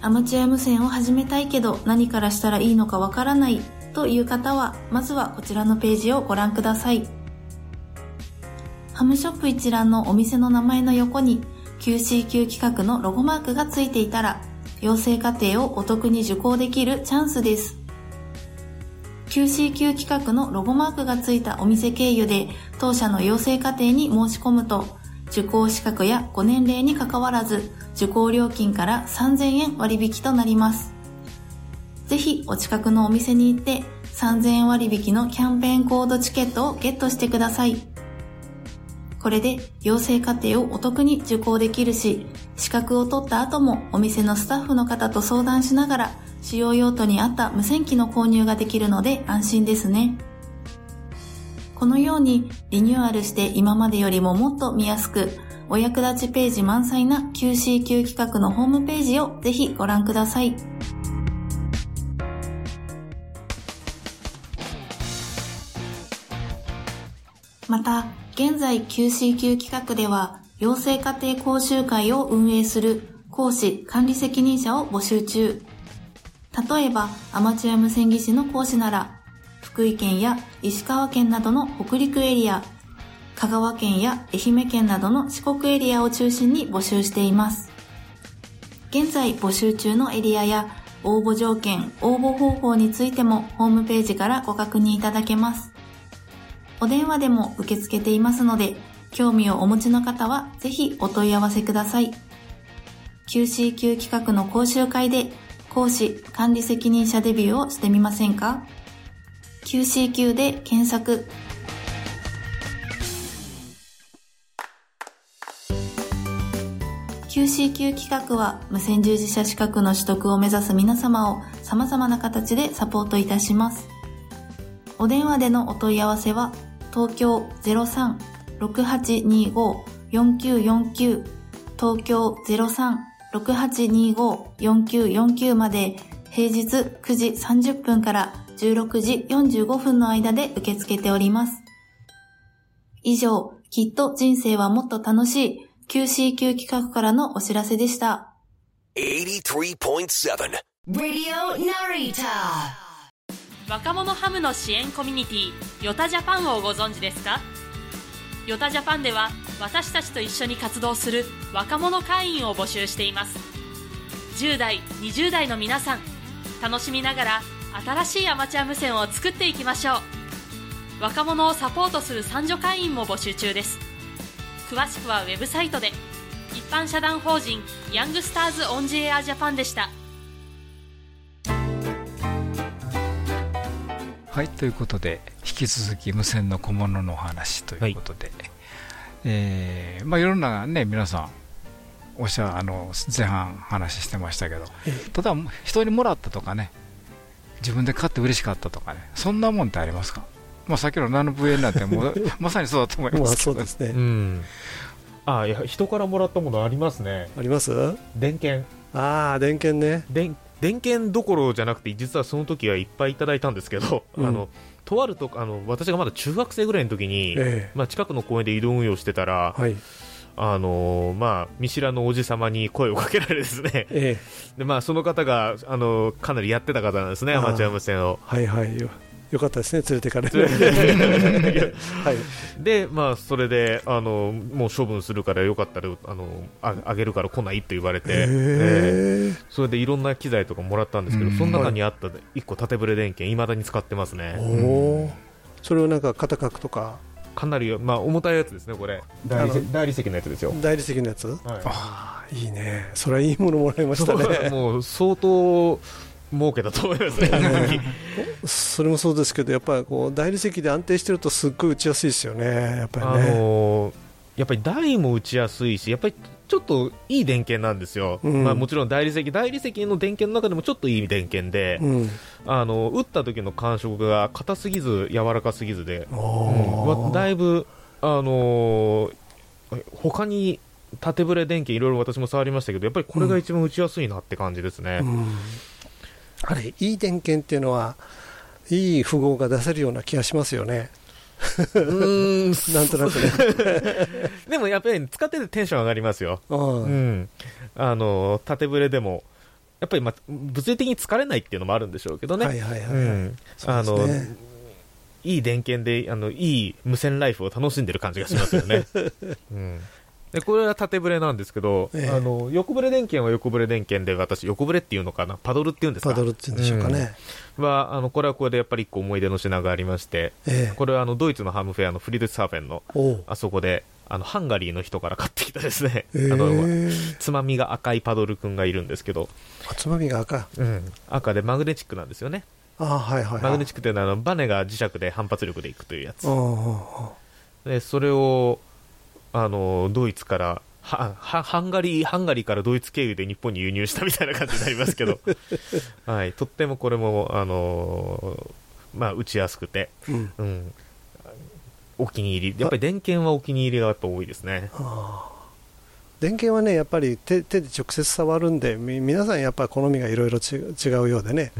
Speaker 9: アマチュア無線を始めたいけど何からしたらいいのかわからないという方は、まずはこちらのページをご覧ください。ハムショップ一覧のお店の名前の横に QCQ 企画のロゴマークがついていたら、養成課程をお得に受講できるチャンスです。QCQ 企画のロゴマークがついたお店経由で当社の養成課程に申し込むと受講資格やご年齢にかかわらず受講料金から3000円割引となりますぜひお近くのお店に行って3000円割引のキャンペーンコードチケットをゲットしてくださいこれで養成課程をお得に受講できるし資格を取った後もお店のスタッフの方と相談しながら使用用途に合った無線機の購入ができるので安心ですね。このようにリニューアルして今までよりももっと見やすく、お役立ちページ満載な QCQ 企画のホームページをぜひご覧ください。また、現在 QCQ 企画では、養成家庭講習会を運営する講師管理責任者を募集中。例えばアマチュア無線技師の講師なら福井県や石川県などの北陸エリア香川県や愛媛県などの四国エリアを中心に募集しています現在募集中のエリアや応募条件応募方法についてもホームページからご確認いただけますお電話でも受け付けていますので興味をお持ちの方はぜひお問い合わせください QCQ 企画の講習会で講師管理責任者デビューをしてみませんか ?QCQ で検索。QCQ 企画は無線従事者資格の取得を目指す皆様を様々な形でサポートいたします。お電話でのお問い合わせは、東京03-6825-4949東京03-6825-4949 6825-4949まで平日9時30分から16時45分の間で受け付けております。以上、きっと人生はもっと楽しい QCQ 企画からのお知らせでした。
Speaker 10: 83.7 Radio Narita
Speaker 11: 若者ハムの支援コミュニティ、ヨタジャパンをご存知ですかヨタジャパンでは私たちと一緒に活動する若者会員を募集しています10代20代の皆さん楽しみながら新しいアマチュア無線を作っていきましょう若者をサポートする三女会員も募集中です詳しくはウェブサイトで一般社団法人ヤングスターズオンジエアジャパンでした
Speaker 2: はいということで引き続き無線の小物のお話ということで、はいえーまあ、いろんな、ね、皆さんおっしゃあの前半話してましたけどただ人にもらったとかね自分で買って嬉しかったとかねそんなもんってありますか、まあ、さっきのナノ VN なんて もうまさにそうだと思いますけど、
Speaker 6: まあ、そうですね、うん
Speaker 3: あいや人からもらったものありますね
Speaker 6: あります
Speaker 3: 電源
Speaker 6: ああ電源ね
Speaker 3: 電電源どころじゃなくて実はその時はいっぱいいただいたんですけど、うん、あのとあるとあの私がまだ中学生ぐらいの時に、ええ、まに、あ、近くの公園で移動運用してたら、はい、あのまあ、見知らぬおじ様に声をかけられですね、え、でまあ、その方があのかなりやってた方なんですね、アマチュア無線を。
Speaker 6: はいはいよよかったですね、連れていかれ
Speaker 3: 連れて
Speaker 6: て。 はい、
Speaker 3: で、まあ、それであのもう処分するからよかったらあのああげるから来ないって言われて、
Speaker 6: へー
Speaker 3: ええそれでいろんな機材とかもらったんですけど、
Speaker 6: うん
Speaker 3: その中にあった1個縦ブレ電源いまだに使ってますね
Speaker 6: おお、それをなんか肩書くとか、
Speaker 3: かなり、まあ、重たいやつですねこれ大理
Speaker 6: あの
Speaker 3: 石大理石のやつですよ
Speaker 6: 大理石のやつ、ああ、いいね、それはいいものもらいました
Speaker 3: そう
Speaker 6: ね。
Speaker 3: もう相当儲けたと思いますねあの時
Speaker 6: それもそうですけど、やっぱりこう大理石で安定してると、すっごい打ちやすいですよね、やっぱ
Speaker 3: あ
Speaker 6: りね。
Speaker 3: のーやっぱり台も打ちやすいしやっぱりちょっといい電源なんですよ、
Speaker 6: うん
Speaker 3: まあ、もちろん大理石大理石の電源の中でもちょっといい電源で、
Speaker 6: うん
Speaker 3: あの打った時の感触が硬すぎず柔らかすぎずで、うんわだいぶ、あのー他に縦ブレ電源いろいろ私も触りましたけどやっぱりこれが一番打ちやすいなって感じですね、
Speaker 6: うんあれ、いい電源っていうのは、いい符号が出せるような気がしますよね。 なんとなくね。
Speaker 3: でもやっぱり使っててテンション上がりますよ、
Speaker 6: うん
Speaker 3: うんあの縦ブレでも、やっぱり、まあ、物理的に疲れないっていうのもあるんでしょうけどね、
Speaker 6: はいはいはいはい
Speaker 3: うん
Speaker 6: そう
Speaker 3: あ
Speaker 6: です
Speaker 3: の
Speaker 6: ね
Speaker 3: いい電源であの、いい無線ライフを楽しんでる感じがしますよ ね。うんでこれは縦ブレなんですけど、
Speaker 6: ええ
Speaker 3: あの横ブレ電源は横ブレ電源で私横ブレっていうのかなパドルっていうんですか
Speaker 6: パドルっていうんでしょうかね、
Speaker 3: うんはあのこれはこれでやっぱり一個思い出の品がありまして、
Speaker 6: ええ
Speaker 3: これはあのドイツのハムフェアのフリードサーフェンの
Speaker 6: おう
Speaker 3: あそこであのハンガリーの人から買ってきたですね、
Speaker 6: ええ
Speaker 3: あのつまみが赤いパドルくんがいるんですけど、
Speaker 6: あつまみが赤。
Speaker 3: うん、赤でマグネチックなんですよね、
Speaker 6: ああ、はいはい、はい。
Speaker 3: マグネチックっていうのはあのバネが磁石で反発力でいくというやつ
Speaker 6: うんうんうん
Speaker 3: でそれをあのドイツからははハンガリーハンガリーからドイツ経由で日本に輸入したみたいな感じになります けど、はい、とってもこれも、あのーまあ、打ちやすくて、
Speaker 6: うん
Speaker 3: お気に入りやっぱり電源はお気に入りがやっぱ多いですね。
Speaker 6: 電源はね、やっぱり手手で直接触るんで、み皆さんやっぱり好みがいろいろ違うようでね、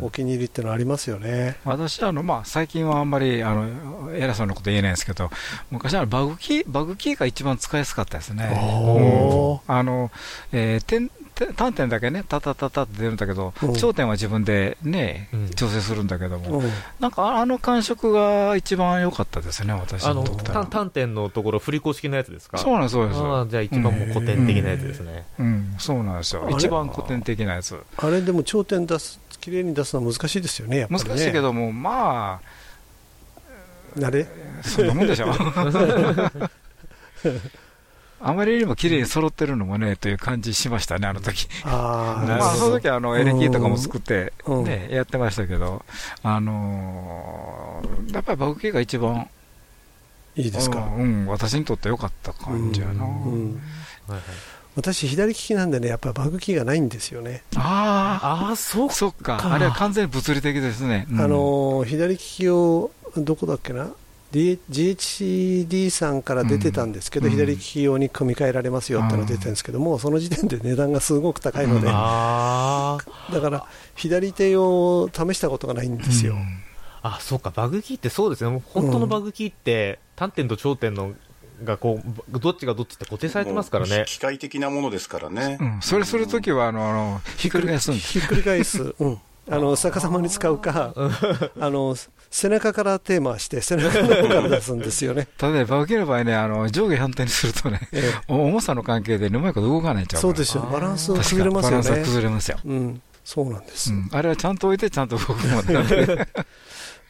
Speaker 6: お気に入りってのありますよね。
Speaker 2: 私はあの、まあ、最近はあんまりあの偉そうなこと言えないんですけど、昔はあのバグキーバグキーが一番使いやすかったですね。
Speaker 6: お
Speaker 2: うんあのえー点点端点だけね、タタタタって出るんだけど、
Speaker 6: うん
Speaker 2: 頂点は自分でね、調整するんだけども、
Speaker 6: うん
Speaker 2: なんかああの感触が一番良かったですね、私
Speaker 3: あの
Speaker 2: にとっては。
Speaker 3: 単単点のところ、振り子式のやつですか
Speaker 2: そうなんです、そうです。
Speaker 3: あーじゃあ、一番もう古典的なやつですね。
Speaker 2: うん。うん、そうなんですよ
Speaker 6: あ。れ
Speaker 2: 一番古典的なやつ。
Speaker 6: あれでも頂点出す、綺麗に出すのは難しいですよね、やっぱ
Speaker 2: 難
Speaker 6: りね。
Speaker 2: しいけども、まあ、
Speaker 6: 慣れ
Speaker 2: そんなもんでしょ あまりにも綺麗に揃ってるのもねという感じしましたね、あの時
Speaker 6: あー
Speaker 2: まあ、その時はあのエレキとかも作っ
Speaker 6: うん
Speaker 2: て、ね、やってましたけど、あのーやっぱりバグ系が一番
Speaker 6: いいですか
Speaker 2: うん、うん私にとって良かった感じやな、
Speaker 6: うん私、左利きなんでね、やっぱりバグキーがないんですよね。
Speaker 2: あ
Speaker 3: ーあ、そ
Speaker 2: っか、あれは完全に物理的ですね、うん
Speaker 6: あのー左利きをどこだっけな、D- GHD さんから出てたんですけど、
Speaker 2: うん
Speaker 6: 左利き用に組み替えられますよってのが出てるんですけども、その時点で値段がすごく高いので、
Speaker 3: あ
Speaker 6: だから左手用を試したことがないんですよ。
Speaker 3: あ、そうか、バグキーってそうですね、もう本当のバグキーって、単点と頂点のがこう、どっちがどっちって固定されてますから
Speaker 4: も
Speaker 3: ね
Speaker 4: う。機械的なものですか らね。
Speaker 2: うんそれするときはあのあの、ひっくり返すんです。
Speaker 6: ひっくり 返す、うん、あの逆さまに使うか、あの背中からテーマして、背中の方から出すんですよね。
Speaker 2: ただね、バウキの場合ね、あの上下反対にするとね、お重さの関係でね、うまいこと動かないんちゃうか
Speaker 6: そ
Speaker 2: な
Speaker 6: うですよ、バランス
Speaker 2: 確
Speaker 6: が
Speaker 2: かバ
Speaker 6: 崩れますよね。
Speaker 2: ランスが崩れますよ。
Speaker 6: うん、そうなんです。
Speaker 2: うんあれはちゃんと置いて、ちゃんと動くもんなん で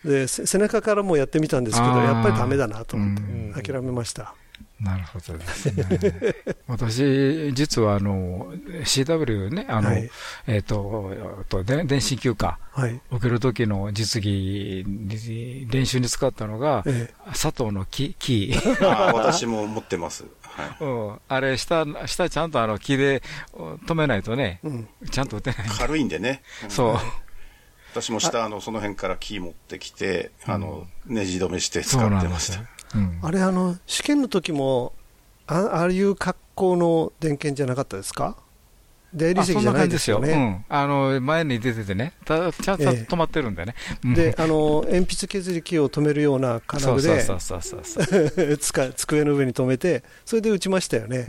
Speaker 6: でせ背中からもやってみたんですけど、
Speaker 2: あー
Speaker 6: やっぱりダメだなと思って、諦めました。
Speaker 2: なるほどですね。私、実はあの CW ね、あの、
Speaker 6: はい
Speaker 2: えっ、と、えっとで電子休暇、
Speaker 6: はい
Speaker 2: 受ける時の実技に、練習に使ったのが、
Speaker 6: え
Speaker 2: 佐藤の木、 木。
Speaker 4: あー私も持ってます。はい
Speaker 2: うん、あれ下、下ちゃんとあの木でお止めないとね、ちゃんと打て ない。
Speaker 4: 軽いんでね。
Speaker 2: そう。
Speaker 4: 私も下、あの、その辺からキー持ってきて、あの、ネジ止めして使
Speaker 2: そう
Speaker 4: っ
Speaker 2: な
Speaker 4: て
Speaker 2: んで
Speaker 4: ますした
Speaker 2: よ。。うん
Speaker 6: あれあの、試験の時もあ、ああいう格好の電源じゃなかったですか大理
Speaker 2: あ
Speaker 6: 石
Speaker 2: そん
Speaker 6: じゃ
Speaker 2: な
Speaker 6: ない
Speaker 2: 感じ
Speaker 6: で
Speaker 2: ですす
Speaker 6: よ
Speaker 2: よ。う
Speaker 6: ね。
Speaker 2: ん。あの、前に出ててね、たちゃんと
Speaker 6: ええ
Speaker 2: 止まってるんだよね。うん
Speaker 6: で、あの、鉛筆削り器を止めるような金具で
Speaker 2: そうそうそうそ
Speaker 6: つか机の上に止めて、それで打ちましたよね。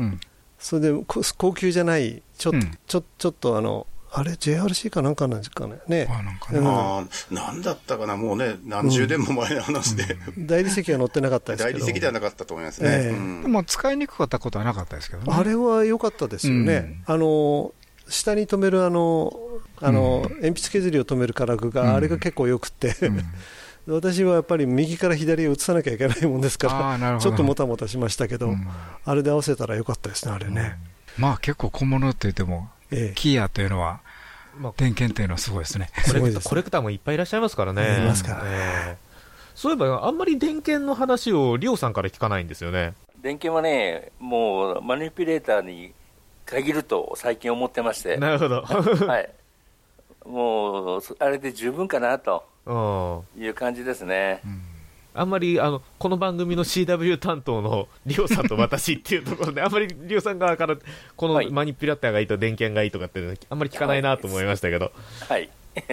Speaker 6: それでこ高級じゃない、ちょっと、ちょちょっとあの、あれ、JRC かなんかなんですかね。ね。うん
Speaker 4: あーなんだったかな、もうね、何十年も前の話で、
Speaker 6: 大理石は乗ってなかったです
Speaker 4: 大
Speaker 6: け
Speaker 4: 理
Speaker 6: ど。
Speaker 4: 石ではなかったと思いますね。
Speaker 6: ええ
Speaker 4: うん
Speaker 2: でも使いにくかったことはなかったですけどね。
Speaker 6: あれは良かったですよね。あの、下に止めるあの、あの、鉛筆削りを止める金具が、あれが結構良くって、 私はやっぱり右から左へ移さなきゃいけないもんです
Speaker 2: あーな
Speaker 6: か
Speaker 2: る
Speaker 6: ら、
Speaker 2: ほ
Speaker 6: ち
Speaker 2: ど
Speaker 6: ょっともたもたしましたけど、あれで合わせたら良かったですね、あれね。
Speaker 2: まあ結構小物って言っても、
Speaker 6: ええ
Speaker 2: キーヤというのは
Speaker 3: まあ、
Speaker 2: 点検というのはすごいですね。
Speaker 3: コレクターコレクターもいっぱいいらっしゃいますからね。
Speaker 2: いますから
Speaker 3: ええそういえば、あんまり電検の話をリオさんから聞かないんですよね。
Speaker 5: 電源はね、もうマニピュレーターに限ると最近思ってまして、
Speaker 3: なるほど
Speaker 5: はい、もうそあれで十分かなと
Speaker 3: うん
Speaker 5: いう感じですね。
Speaker 3: あんまりあのこの番組の CW 担当のリオさんと私っていうところで、あんまりリオさん側からこのマニピュラターがいいと、電源がいいとかっていうのは、あんまり聞かないなと思いましたけど、
Speaker 5: はい、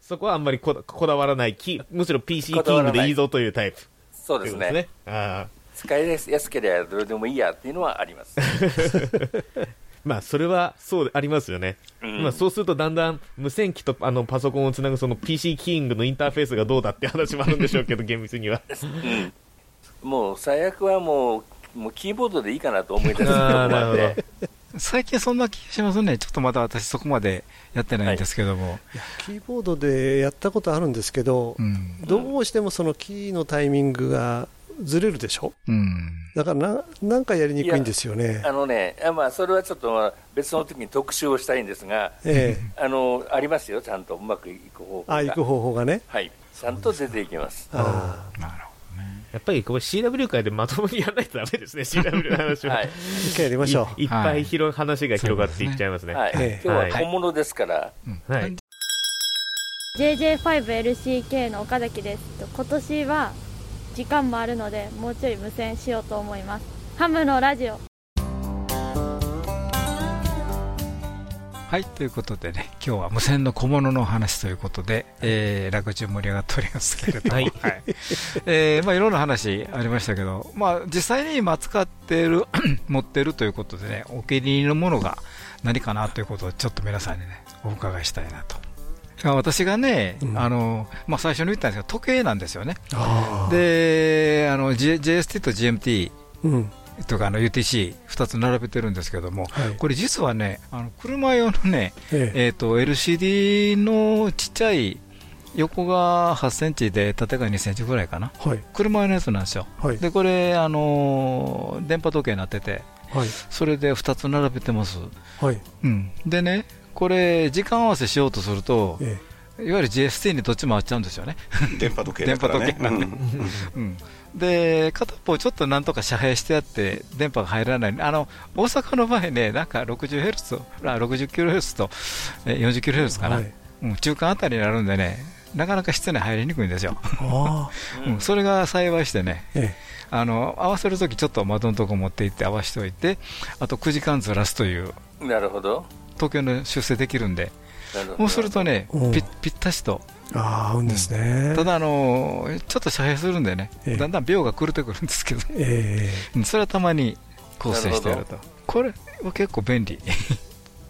Speaker 3: そこはあんまりこだこだわらないキー、むしろ PC キ
Speaker 5: こだわ
Speaker 3: ー
Speaker 5: らな
Speaker 3: グ
Speaker 5: い
Speaker 3: でいいぞというタイプ、
Speaker 5: そうですね
Speaker 3: ということですねあ
Speaker 5: 使いやすければどれでもいいやっていうのはあります。
Speaker 3: ーまあ、それはそうでありますよね、
Speaker 5: うん
Speaker 3: まあ、そうするとだんだん無線機とあのパソコンをつなぐその PC キーグのインターフェースがどうだっていう話もあるんでしょ うけど、厳密には。
Speaker 5: もう最悪はもうもうキーボードでいいかなと思い出す
Speaker 3: あーなるほど
Speaker 5: で
Speaker 2: 最近そんな気がしますね。ちょっとまだ私そこまでやってないんですけども。
Speaker 6: キーボードでやったことあるんですけど、どうしてもそのキーのタイミングがずれるでしょ
Speaker 2: うん。
Speaker 6: だからな、なんかやりにくいんですよね。
Speaker 5: あのね、あまあ、それはちょっとまあ別の時に特集をしたいんですが、
Speaker 6: え
Speaker 5: あのありますよ、ちゃんとうまくいく方法が
Speaker 6: あ、行く方法がね。
Speaker 5: はい、ちゃんと出ていきます。
Speaker 6: あ
Speaker 3: やっぱりこれ CW 界でまともにやらないとダメ ですね、CW の話は。
Speaker 5: はい
Speaker 6: 一回やりましょう
Speaker 3: いいっぱい広い話が広がっていっちゃいますね。
Speaker 5: はい、今日は本物ですから、
Speaker 3: はい。
Speaker 12: JJ5LCK の岡崎です今年は時間もあるのでもうちょい無線しようと思いますハムのラジオ
Speaker 2: はい、ということでね、今日は無線の小物の話ということで、えー、落語中盛り上がっておりますけれども、はい。えーまあいろんな話ありましたけど、まあ実際に今使っている、 持っているということでね、お気に入りのものが何かなということをちょっと皆さんにね、お伺いしたいなと。まあ私がね、あの、まあ最初に言ったんですけど、時計なんですよね。で、あの、J- JST と GMT、
Speaker 6: うん。
Speaker 2: とかあの UTC2 つ並べてるんですけども、これ実はねあの車用のね、
Speaker 6: え
Speaker 2: えー、と LCD のちっちゃい横が8センチで縦が2センチぐらいかな、
Speaker 6: はい
Speaker 2: 車用のやつなんですよ、
Speaker 6: はい
Speaker 2: でこれ、あのー電波時計になってて、
Speaker 6: はい
Speaker 2: それで2つ並べてます、
Speaker 6: はい。
Speaker 2: うん、でねこれ時間合わせしようとすると、いわゆる GST にどっちも合っちゃうんですよ ね
Speaker 4: 電波時計だからね
Speaker 2: 電波時計なんで、うんで片方ちょっとなんとか遮蔽してあって電波が入らないあの大阪の場合ねなんか 60Hz とあ 60kHz とえ 40kHz かな、うん、中間あたりになるんでねなかなか室内入りにくいんですよ、
Speaker 6: あ
Speaker 2: うん、それが幸いしてね、
Speaker 6: え
Speaker 2: あの合わせるときちょっと窓のとこ持って行って合わせておいてあと9時間ずらすという
Speaker 5: なるほど、
Speaker 2: 東京の修正できるんで
Speaker 5: なるほど
Speaker 2: もうするとね
Speaker 6: うん
Speaker 2: ぴぴったしと
Speaker 6: あ、合うんですね。
Speaker 2: ただ、あのーちょっと遮蔽するんでね、
Speaker 6: ええ
Speaker 2: だんだん秒が狂ってくるんですけど、
Speaker 6: え
Speaker 2: うんそれはたまに構成してやると
Speaker 6: なるほ
Speaker 2: これは結構便利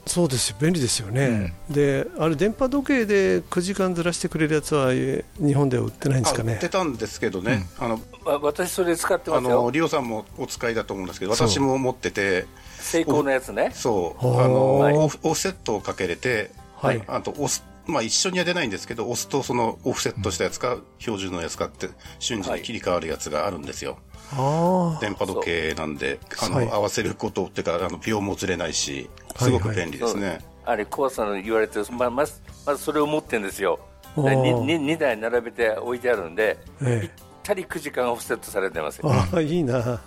Speaker 6: そうですよ便利ですよね、であれ電波時計で9時間ずらしてくれるやつはえ日本では売ってないんですか
Speaker 4: あ売
Speaker 6: ね
Speaker 4: ってたんですけどね、あの
Speaker 5: わ私、それ使って
Speaker 4: あ
Speaker 5: ますよ
Speaker 4: の、リオさんもお使いだと思うんですけど、
Speaker 5: そう
Speaker 4: 私も持ってて、
Speaker 5: 成功のやつね、
Speaker 4: そう、
Speaker 5: ほー
Speaker 4: あの、
Speaker 5: はい
Speaker 4: オフオフセットをかけれて、
Speaker 5: はい
Speaker 4: あと押す、まあ一緒には出ないんですけど、押すとそのオフセットしたやつか、標準のやつかって、瞬時に切り替わるやつがあるんですよ。
Speaker 6: あ
Speaker 4: 電波時計なんで、あの、
Speaker 5: はい
Speaker 4: 合わせることっていうか、あの、秒もずれないし、
Speaker 5: はい
Speaker 4: すごく便利ですね。
Speaker 5: あれ、怖さの言われてるままず、まずそれを持ってるんですよ、
Speaker 4: おー
Speaker 5: 2, 台並べて置いてあるんで、
Speaker 6: え
Speaker 5: ぴったり9時間オフセットされてますよ
Speaker 6: ああいいな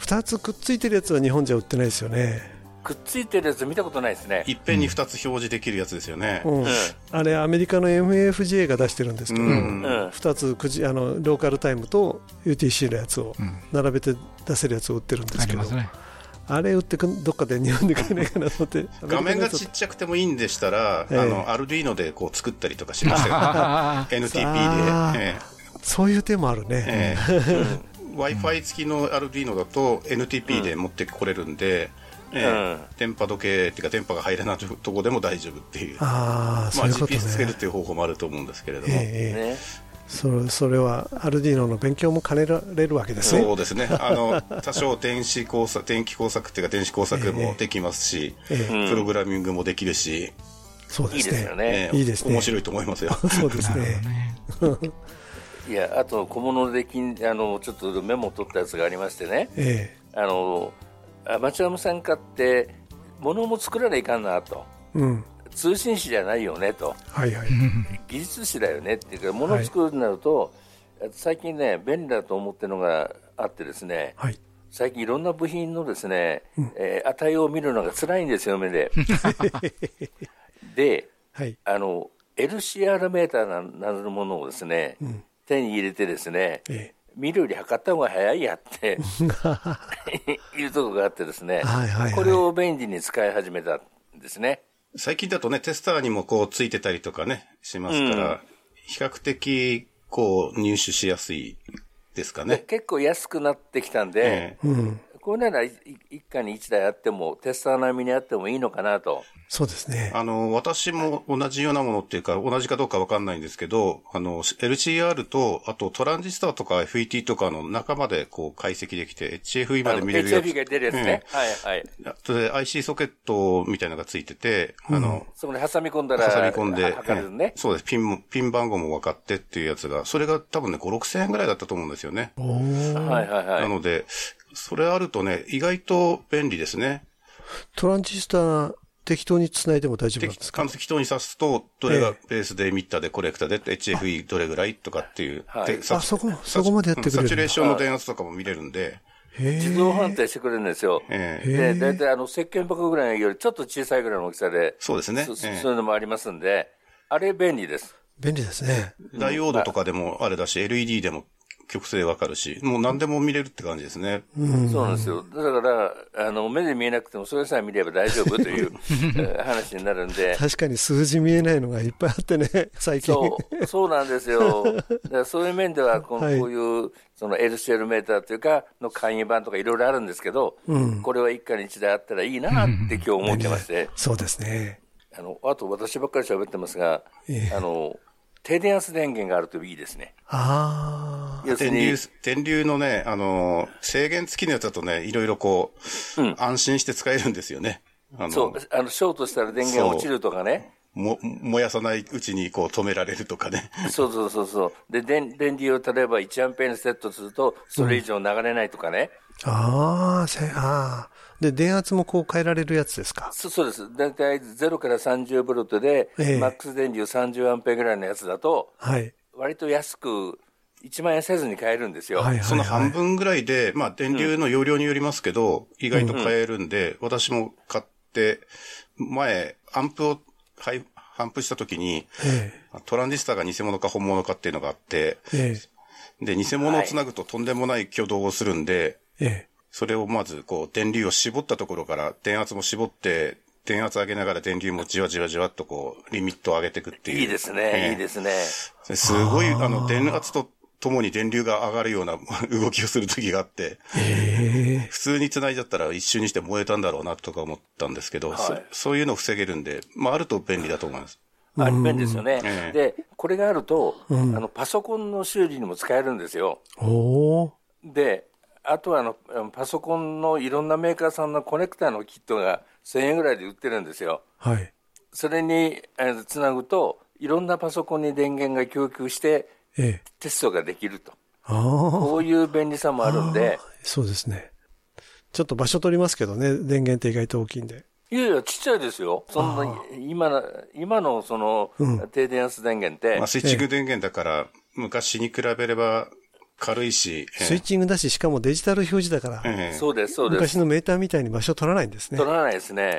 Speaker 6: 2つくっついてるやつは日本じゃ売ってないですよね、
Speaker 5: くっついてるやつ見たことないですね。
Speaker 4: いっぺんに2つ表示できるやつですよね。
Speaker 6: うんあれアメリカの MFJ が出してるんですけど、
Speaker 4: うん
Speaker 6: 2つくじあのローカルタイムと UTC のやつを並べて出せるやつを売ってるんですけど、あれ売ってくんどっかで日本で買えないかなと思って
Speaker 4: 画面
Speaker 6: アメリカのや
Speaker 4: が
Speaker 6: つ
Speaker 4: ちっちゃくてもいいんでしたら、
Speaker 6: ええ
Speaker 4: あの、アルディーノでこう作ったりとかしま したよ。
Speaker 6: あ
Speaker 4: NTP で。ええ
Speaker 6: そういう手もあるね、
Speaker 4: ええ Wi-Fi 付きの Arduino だと NTP で持ってこれるんで、ええ電波時計っていうか電波が入らないとこでも大丈夫っていう
Speaker 6: あー
Speaker 4: ま
Speaker 6: そう
Speaker 4: あ、
Speaker 6: いうことね
Speaker 4: GPS つけるっていう方法もあると思うんですけれども、
Speaker 6: ええええそれそれはアルディーノの勉強も兼ねられるわけですね
Speaker 4: そうですね、あ の多少電子工作、電気工作っていうか、電子工作もできますし、
Speaker 6: ええええ
Speaker 4: プログラミングもできるし、
Speaker 6: そうですねいいですよ
Speaker 5: ね
Speaker 4: ええ
Speaker 6: いいですね
Speaker 4: 面白いと思いますよ。
Speaker 6: そうですね
Speaker 5: いやあと小物で金あのちょっとメモを取ったやつがありましてね、
Speaker 6: え
Speaker 5: あのアマチュア無線化って物も作らないかんなと
Speaker 6: うん
Speaker 5: 通信士じゃないよねと
Speaker 6: はいはい
Speaker 5: 技術士だよねっていうか物を作るようになると、最近ね便利だと思ってるのがあってですね、最近いろんな部品のですね、えー値を見るのが辛いんですよ 目でで、
Speaker 6: はい
Speaker 5: あの LCR メーターななどのものをですね、手に入れてですね、見るより測った方が早いやって いうとこがあってですね、
Speaker 4: はいはいはい
Speaker 5: これを便利に使い始めたんですね。
Speaker 4: 最近だとね、テスターにもこうついてたりとかね、しますから、
Speaker 5: うん
Speaker 4: 比較的こう入手しやすいですかね。
Speaker 5: 結構安くなってきたんで、
Speaker 6: うん
Speaker 5: これならいい一家に一台あっても、テスター並みにあってもいいのかなと。
Speaker 6: そうですね。
Speaker 4: あの、私も同じようなものっていうか、同じかどうかわかんないんですけど、あの、LCR と、あとトランジスタとか FET とかの中までこう解析できて、HFE まで見れるやつ。
Speaker 5: HFE が出るやつね。
Speaker 4: ええ
Speaker 5: はいはい。
Speaker 4: あとで IC ソケットみたいなのがついてて、あの、
Speaker 5: そこに挟み込んだ
Speaker 4: 挟
Speaker 5: ら、
Speaker 4: み込んで、
Speaker 5: 測れるね
Speaker 4: ええ。そうです。ピンも、ピン番号も分かってっていうやつが、それが多分ね、5、6千円ぐらいだったと思うんですよね。
Speaker 5: はいはいはい。
Speaker 4: なので、それあるとね、意外と便利ですね。
Speaker 6: トランジスタ適当に繋いでも大丈夫なんですか
Speaker 4: 完適当に指すと、どれがベースでミッターでコレクターで、HFE どれぐらいとかっていう。
Speaker 6: い
Speaker 4: でサ
Speaker 6: あそこそこまでやってくれるんだ
Speaker 4: サチュレーションの電圧とかも見れるんで。
Speaker 5: 自動判定してくれるんですよ。
Speaker 4: え
Speaker 5: で、大体あの、石鹸箱ぐらいよりちょっと小さいぐらいの大きさで、
Speaker 4: そうですね
Speaker 5: そそ
Speaker 4: ええ
Speaker 5: ういうのもありますんで、あれ便利です。
Speaker 6: 便利ですね。
Speaker 4: ダイオードとかでもあれだし、LED でも曲線わかるし、もう何でも見れるって感じですね。
Speaker 5: そうなんですよ。だから、あの、目で見えなくても、それさえ見れば大丈夫という えー話になるんで。
Speaker 6: 確かに数字見えないのがいっぱいあってね、 最近。
Speaker 5: そう、そうなんですよ。だからそういう面では、この、
Speaker 6: はい
Speaker 5: こういう、その LCL メーターというか、の簡易版とかいろいろあるんですけど、
Speaker 6: うん
Speaker 5: これは一家に一台あったらいいなって今日思ってまして、
Speaker 6: そうですね。
Speaker 5: あの、あと私ばっかり喋ってますが、
Speaker 6: ええ
Speaker 5: あの、低電圧電源があるといいですね。
Speaker 6: あ
Speaker 5: 要する
Speaker 4: 電
Speaker 5: に
Speaker 4: 流、電流のね、あのー、制限付きのやつだとね、いろいろこう、安心して使えるんですよね。あの
Speaker 5: そう、あの、ショートしたら電源落ちるとかね。
Speaker 4: も、燃やさないうちにこう止められるとかね。
Speaker 5: そうそうそうそう。で、電電流を例えば1アンペアにセットすると、それ以上流れないとかね。
Speaker 6: ああ、せ、ああ。で、電圧もこう変えられるやつですか。
Speaker 5: そそうです。だいたい0から30ボルトで、
Speaker 6: ええ
Speaker 5: マックス電流30アンペアぐらいのやつだと、
Speaker 6: はい。
Speaker 5: 割と安く、1万円せずに買えるんですよ。
Speaker 4: その半分ぐらいで、まあ電流の容量によりますけど、意外と買えるんで、私も買って、前、アンプを配、反布した時に、トランジスタが偽物か本物かっていうのがあって、
Speaker 6: え
Speaker 4: で、偽物をつなぐととんでもない挙動をするんで、
Speaker 6: え、え
Speaker 4: それをまず、こう、電流を絞ったところから、電圧も絞って、電圧上げながら電流もじわじわじわっとこう、リミットを上げていくっていう。
Speaker 5: いいですね、
Speaker 4: ええ
Speaker 5: いいですね。
Speaker 4: ですごい、あの、電圧とともに電流が上がるような 動きをする時があって、普通に繋いじゃったら一瞬にして燃えたんだろうなとか思ったんですけど、
Speaker 5: はい
Speaker 4: そそういうのを防げるんで、まあ、あると便利だと思います。
Speaker 5: あ便利ですよね。
Speaker 4: ええ
Speaker 5: で、これがあると、
Speaker 4: うん
Speaker 5: あの、パソコンの修理にも使えるんですよ。
Speaker 6: おお。
Speaker 5: で、あとはあのあのパソコンのいろんなメーカーさんのコネクターのキットが1000円ぐらいで売ってるんですよ。
Speaker 6: はい。
Speaker 5: それにつなぐと、いろんなパソコンに電源が供給して、
Speaker 6: ええ。
Speaker 5: テストができると。
Speaker 6: ああ。
Speaker 5: こういう便利さもあるんで、
Speaker 6: そうですね。ちょっと場所取りますけどね、電源って意外と大きいんで。
Speaker 5: いやいや、ちっちゃいですよ。そんな、今の、今のその、低電圧電源って、
Speaker 4: まあ、スイッチング電源だから、昔に比べれば軽いし、ええ
Speaker 6: スイッチングだし、しかもデジタル表示だから、
Speaker 5: そうです、そうです。
Speaker 6: 昔のメーターみたいに場所取らないんですね。
Speaker 5: 取らないで すね。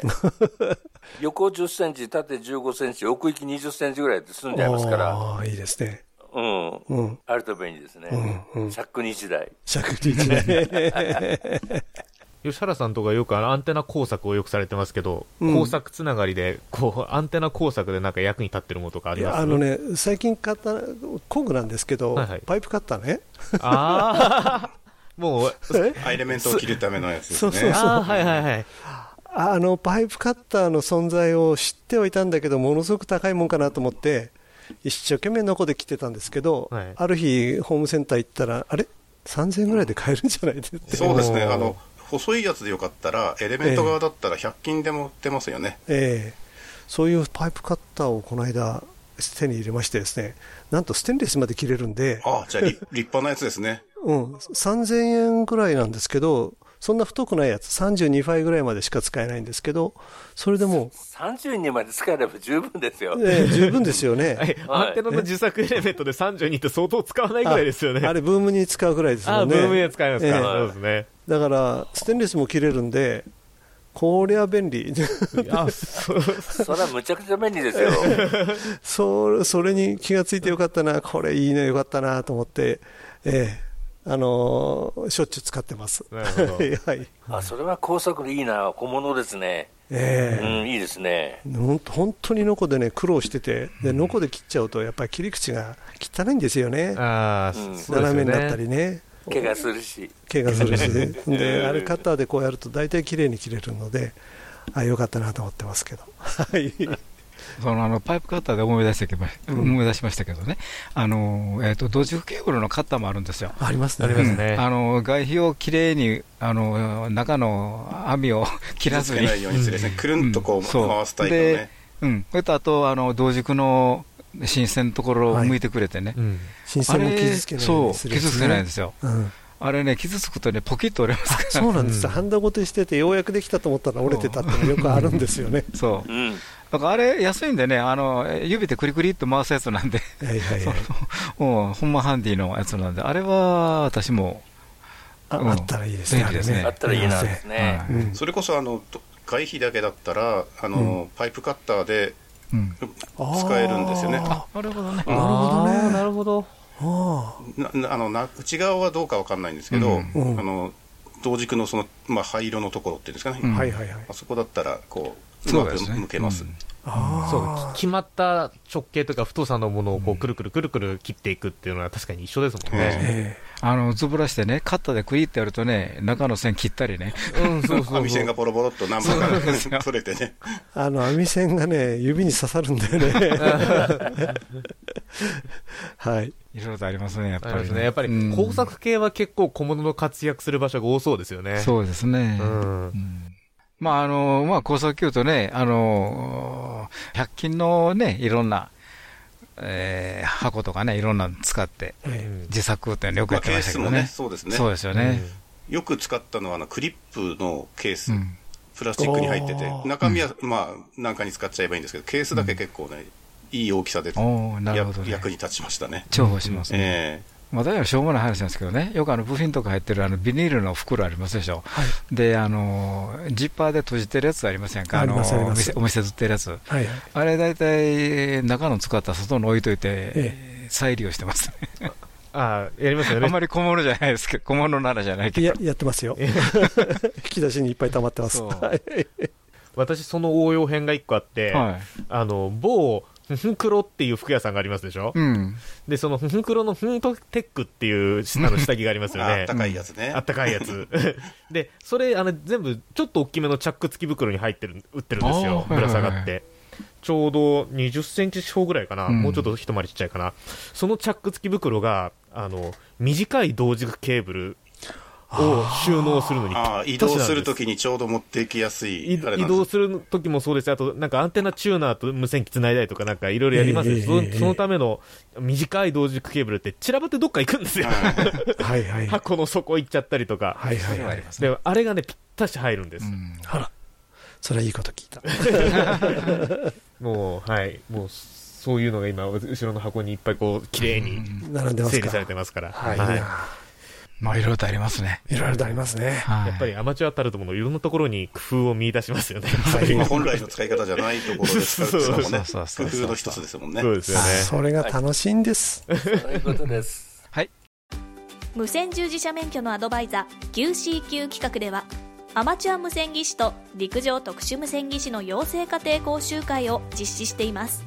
Speaker 5: 横10センチ、縦15センチ、奥行き20センチぐらいで済んじゃいますから、
Speaker 6: ああ、いいですね。
Speaker 5: うん、
Speaker 6: うん
Speaker 5: あると便利ですね。
Speaker 6: うんうん
Speaker 5: シャックに1台。
Speaker 6: シャックに 一台
Speaker 3: 吉原さんとかよくあのアンテナ工作をよくされてますけど、
Speaker 6: うん
Speaker 3: 工作つながりで、こう、アンテナ工作でなんか役に立ってるものとかあります
Speaker 6: あのね、最近買った工具なんですけど、
Speaker 3: はいはい
Speaker 6: パイプカッター ね。
Speaker 3: ああ、もう、
Speaker 4: エレメントを切るためのやつです
Speaker 6: そ
Speaker 4: ね。
Speaker 6: うそうそう。
Speaker 3: あーはいはいはい。
Speaker 6: あのパイプカッターの存在を知ってはいたんだけど、ものすごく高いもんかなと思って、一生懸命のこで来てたんですけど、
Speaker 4: はい
Speaker 6: ある日、ホームセンター行ったら、あれ、3000円ぐらいで買えるんじゃないですって、
Speaker 4: そうですね、あの、細いやつでよかったら、エレメント側だったら100均でも売ってますよね。
Speaker 6: ええそういうパイプカッターをこの間、手に入れましてですね、なんとステンレスまで切れるんで、
Speaker 4: ああ、じゃあり立派なやつですね。
Speaker 6: うん、3000円ぐらいなんですけど、そんな太くないやつ、32ファイぐらいまでしか使えないんですけど、それでも
Speaker 5: 30人まで使えれば十分ですよ。
Speaker 6: う、 ええ十分ですよね。
Speaker 3: アンテナの自作エレメントで32って相当使わないぐらいですよね。
Speaker 6: ああれ、ブームに使うぐらいですもんね。
Speaker 3: あブームには使いますかそうですね
Speaker 6: だから、ステンレスも切れるんで、こりゃ便利。
Speaker 5: それはむちゃくちゃ便利ですよ。
Speaker 6: そうそれに気がついてよかったな、これいいね、よかったなと思って、ええあのーしょっちゅう使ってます。
Speaker 5: なるほど
Speaker 6: はい。
Speaker 5: あ、それは高速でいいな、小物ですね。
Speaker 6: ええ
Speaker 5: うん、いいですね。
Speaker 6: ほんと本当にノコでね苦労しててでノコで切っちゃうとやっぱり切り口が汚いんですよ ね
Speaker 3: あ
Speaker 5: ーうんそうですよね
Speaker 6: 斜めになったりね
Speaker 5: 怪我するし。
Speaker 6: 怪我するしね
Speaker 5: う
Speaker 6: で
Speaker 5: ん
Speaker 6: あれカッターでこうやると大体綺麗に切れるのであよかったなと思ってますけどはい
Speaker 2: そのあのパイプカッターで思い出してきま、
Speaker 6: うん
Speaker 2: 思い出しましたけどね、あのえー、とドジフケーブルのカッターもあるんですよ。
Speaker 6: ありますね
Speaker 2: うん
Speaker 6: ありますね
Speaker 2: あの外皮をきれいにあの中の網を切らずに、
Speaker 4: 傷つけないようにするですねくるんとこう
Speaker 2: そ
Speaker 4: 回すタイプのね
Speaker 2: で、うん、それとあとあの同軸の新鮮のところを向いてくれてね、
Speaker 6: 新鮮も傷つけないようにす
Speaker 2: あ
Speaker 6: る
Speaker 2: れ
Speaker 6: やつ
Speaker 2: そう
Speaker 6: ね
Speaker 2: 傷つけないんですよ。
Speaker 6: うん
Speaker 2: あれね傷つくとねポキッと折れますから。
Speaker 6: そうなんです、ハンダごとしててようやくできたと思ったら折れてたっていうのよくあるんですよね
Speaker 2: そう。だからあれ安いんでね、あの指でクリクリっと回すやつなんで、そうもうほんまハンディのやつなんで、あれは私も、
Speaker 6: あ
Speaker 2: うん
Speaker 6: あったらいいですね
Speaker 2: 便利です
Speaker 6: あれ
Speaker 2: ね。
Speaker 6: ねあったらいいなです
Speaker 4: ね
Speaker 6: うん
Speaker 4: それこそあのと外皮だけだったらあの、パイプカッターで
Speaker 2: うん
Speaker 4: 使えるんですよね。
Speaker 2: あなるほどね。
Speaker 4: なるほどね
Speaker 3: あーなるほど。
Speaker 6: あ
Speaker 4: ななあのな内側はどうかわかんないんですけど、
Speaker 6: うん
Speaker 4: あの同軸のその、まあ、灰色のところっていうんですかね、
Speaker 6: うんはいはいはい
Speaker 4: あそこだったらこうう
Speaker 3: そう
Speaker 4: ま
Speaker 3: で
Speaker 4: く
Speaker 3: すね
Speaker 4: 向けます。
Speaker 3: そうき決まった直径というか太さのものをこうくるくるくるくる切っていくっていうのは確かに一緒ですもんね。
Speaker 2: あのズボラしてね、カッターでクリってやるとね、中の線切ったりね、
Speaker 4: 網線がボロボロっと何本
Speaker 2: そ
Speaker 4: か
Speaker 2: うなんですよ
Speaker 4: 取れてね。
Speaker 6: あの網線がね指に刺さるん だよねはい
Speaker 2: いろいろとありますね、やっぱ
Speaker 3: ありま
Speaker 2: り
Speaker 3: すね。やっぱり
Speaker 2: うん
Speaker 3: 工作系は結構小物の活躍する場所が多そうですよね。
Speaker 2: そうですね。うんまあ、あの、まあ、高速球とね、あの、100均のね、いろんな、えー箱とかね、いろんなの使って、自作っていうのよくやってましたけどね。
Speaker 4: まあケースもねそうですね
Speaker 2: そうですよね。
Speaker 4: よく使ったのはあのクリップのケース、プラスチックに入ってて
Speaker 2: お、ー
Speaker 4: 中身は、まあ、なんかに使っちゃえばいいんですけど、ケースだけ結構ね、いい大きさで、
Speaker 2: おーなるほどね
Speaker 4: や役に立ちましたね。
Speaker 2: 重宝しますね
Speaker 4: え
Speaker 2: まあ、だいぶしょうもない話なんですけどね、よくあの部品とか入ってるあのビニールの袋ありますでしょ、であのジッパーで閉じてるやつありませんか、
Speaker 6: あり
Speaker 2: の
Speaker 6: ますあり
Speaker 2: お
Speaker 6: ます
Speaker 2: 店お店で売ってるやつ、
Speaker 6: はい
Speaker 2: あれ大体、中の使ったら外の置いといて、
Speaker 6: え
Speaker 2: 再利用してますね。
Speaker 3: ああ、やりますよね。
Speaker 2: あんまり小物じゃないですけど、小物ならじゃないけど。
Speaker 6: いややってますよ 引き出しにいっぱい溜まってますはい
Speaker 3: 私その応用編が一個あって、
Speaker 6: は
Speaker 3: あの某ふふくろっていう服屋さんがありますでしょ、
Speaker 2: うん
Speaker 3: でそのふふくろのふんとテックっていうあの下着がありますよね
Speaker 4: ああったかいやつね
Speaker 3: あったかいやつ でそれあの全部ちょっと大きめのチャック付き袋に入ってる売ってるんですよ
Speaker 2: ああ
Speaker 3: ぶら下
Speaker 2: はい
Speaker 3: が
Speaker 2: は
Speaker 3: っ
Speaker 2: いは
Speaker 3: てちょうど20センチ四方ぐらいかな、
Speaker 2: うん
Speaker 3: もうちょっと一回りちっちゃいかなそのチャック付き袋があの短い同軸ケーブルを収納するのにぴったし
Speaker 4: えあ
Speaker 3: な
Speaker 4: あ
Speaker 3: んです
Speaker 4: 移動するときにちょうど持っていきやすい、あ
Speaker 3: 移
Speaker 4: れなんで
Speaker 3: 動
Speaker 4: す。
Speaker 3: する時もそうですしあとなんかアンテナチューナーと無線機つないだりとか、なんかいろいろやりますよ
Speaker 6: ええ
Speaker 3: そ
Speaker 6: ええ
Speaker 3: そのための短い同軸ケーブルって散らばってどっか行くんですよ、
Speaker 6: はいは い
Speaker 3: 箱の底行っちゃったりとか、
Speaker 6: はいはいはい
Speaker 3: であれがね、ぴったし入るんです。
Speaker 6: あらそれはいいこと聞いた
Speaker 3: もう、はい、もうそういうのが今、後ろの箱にいっぱいこう綺麗に
Speaker 6: 並んでますか
Speaker 3: 整理されてますから、
Speaker 6: はいいいな
Speaker 2: まあ、いろいろとありますね。
Speaker 6: いろいろとありますね
Speaker 3: やっぱりアマチュアたるとものいろんなところに工夫を見出しますよね。
Speaker 4: まあ本来の使い方じゃないところで使うっていうのも
Speaker 3: そうそう
Speaker 4: ね
Speaker 3: そうそう
Speaker 4: 工夫の一つですもんね
Speaker 3: そうですよね。
Speaker 6: それが楽しいんです、
Speaker 5: そういうことです。
Speaker 2: はい。
Speaker 1: 無線従事者免許のアドバイザー QCQ 企画ではアマチュア無線技師と陸上特殊無線技師の養成家庭講習会を実施しています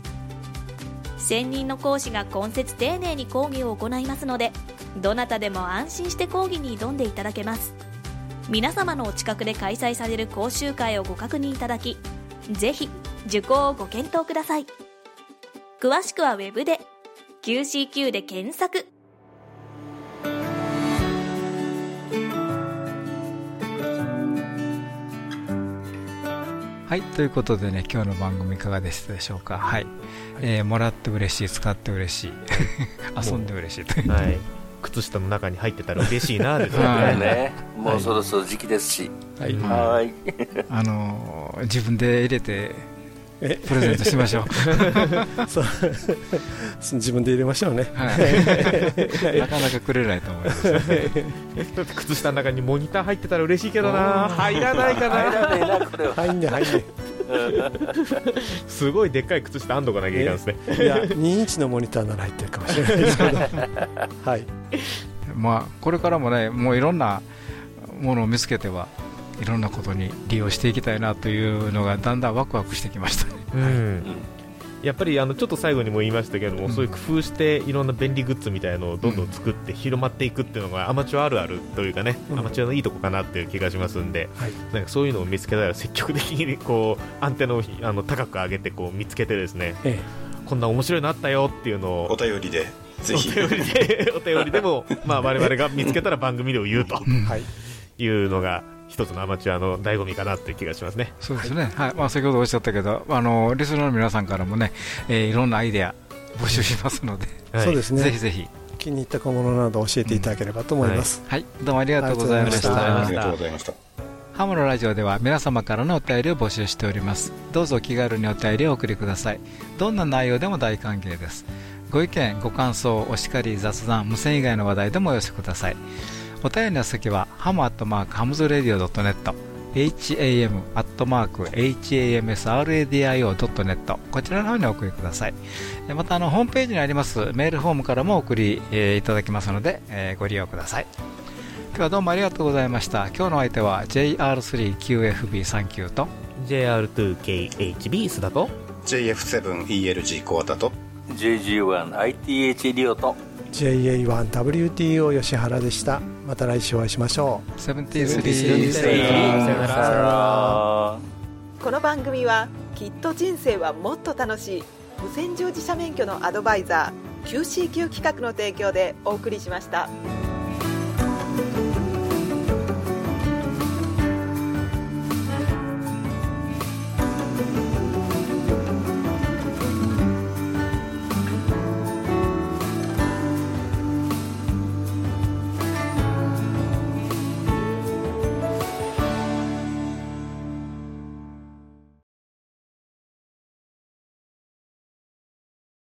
Speaker 1: 専任の講師が今節丁寧に講義を行いますのでどなたでも安心して講義に挑んでいただけます皆様のお近くで開催される講習会をご確認いただきぜひ受講をご検討ください詳しくはウェブで QCQ で検索
Speaker 2: はい、ということでね、今日の番組いかがでしたでしょうか。はい。えーもらって嬉しい、使って嬉しい、 遊んで嬉しいという。
Speaker 3: はい、靴下の中に入ってたら嬉しいなですね
Speaker 2: はい
Speaker 5: ね、もうそろそろ時期ですし、
Speaker 2: はい
Speaker 5: はい
Speaker 2: あのー自分で入れて、プレゼントしましょう。
Speaker 6: そう自分で入れましょうね、
Speaker 2: はい、なかなかくれないと思います、
Speaker 3: だって靴下の中にモニター入ってたら嬉しいけどな入らないかな
Speaker 5: 入らねえなこれは
Speaker 6: 入んね入んね
Speaker 3: すごいでっかい靴下編んどかなきゃいけないですね
Speaker 6: いや2インチのモニターなら入ってるかもしれないで すけどはい
Speaker 2: まあ、これからもね、もういろんなものを見つけては、いろんなことに利用していきたいなというのが、だんだんワクワクしてきましたね。
Speaker 3: うんやっぱりあのちょっと最後にも言いましたけども、そういう工夫していろんな便利グッズみたいのをどんどん作って広まっていくっていうのがアマチュアあるあるというかね、アマチュアのいいとこかなっていう気がしますんで、なんかそういうのを見つけたら積極的にこうアンテナをひあの高く上げてこう見つけてですね、こんな面白いのあったよっていうのを
Speaker 4: お便りで、ぜひ。
Speaker 3: お便りでお便りでも、まあ、我々が見つけたら番組でも言うと、い、うのが一つのアマチュアの醍醐味かなっていう気がしますね。
Speaker 2: そうですね、はいまあ、先ほどおっしゃったけど、あのリスナーの皆さんからもね、えーいろんなアイデア募集しますので、
Speaker 6: はいそうですね
Speaker 2: ぜひぜひ、
Speaker 6: 気に入った小物など教えていただければと思います、
Speaker 2: はい、どうもありがとうございました。
Speaker 4: ありがとうございました。
Speaker 2: ハムのラジオでは皆様からのお便りを募集しておりますどうぞお気軽にお便りをお送りくださいどんな内容でも大歓迎ですご意見ご感想お叱り雑談無線以外の話題でもお寄せくださいお便りの先はハムアットマークハムズラディオ .net ham アットマーク hamsradio.net こちらの方にお送りくださいえまたあのホームページにありますメールフォームからもお送り、えーいただきますので、えーご利用ください今日はどうもありがとうございました今日のお相手は JR3QFB39 と
Speaker 3: JR2KHB 須田と
Speaker 4: JF7ELG 小型と、
Speaker 5: JG1ITH リオと
Speaker 6: JA1WTO 吉原でしたまた来週お会いしましょう
Speaker 2: 73
Speaker 6: さよなら
Speaker 5: さよなら
Speaker 7: この番組はきっと人生はもっと楽しい無線乗自社免許のアドバイザー QCQ 企画の提供でお送りしました。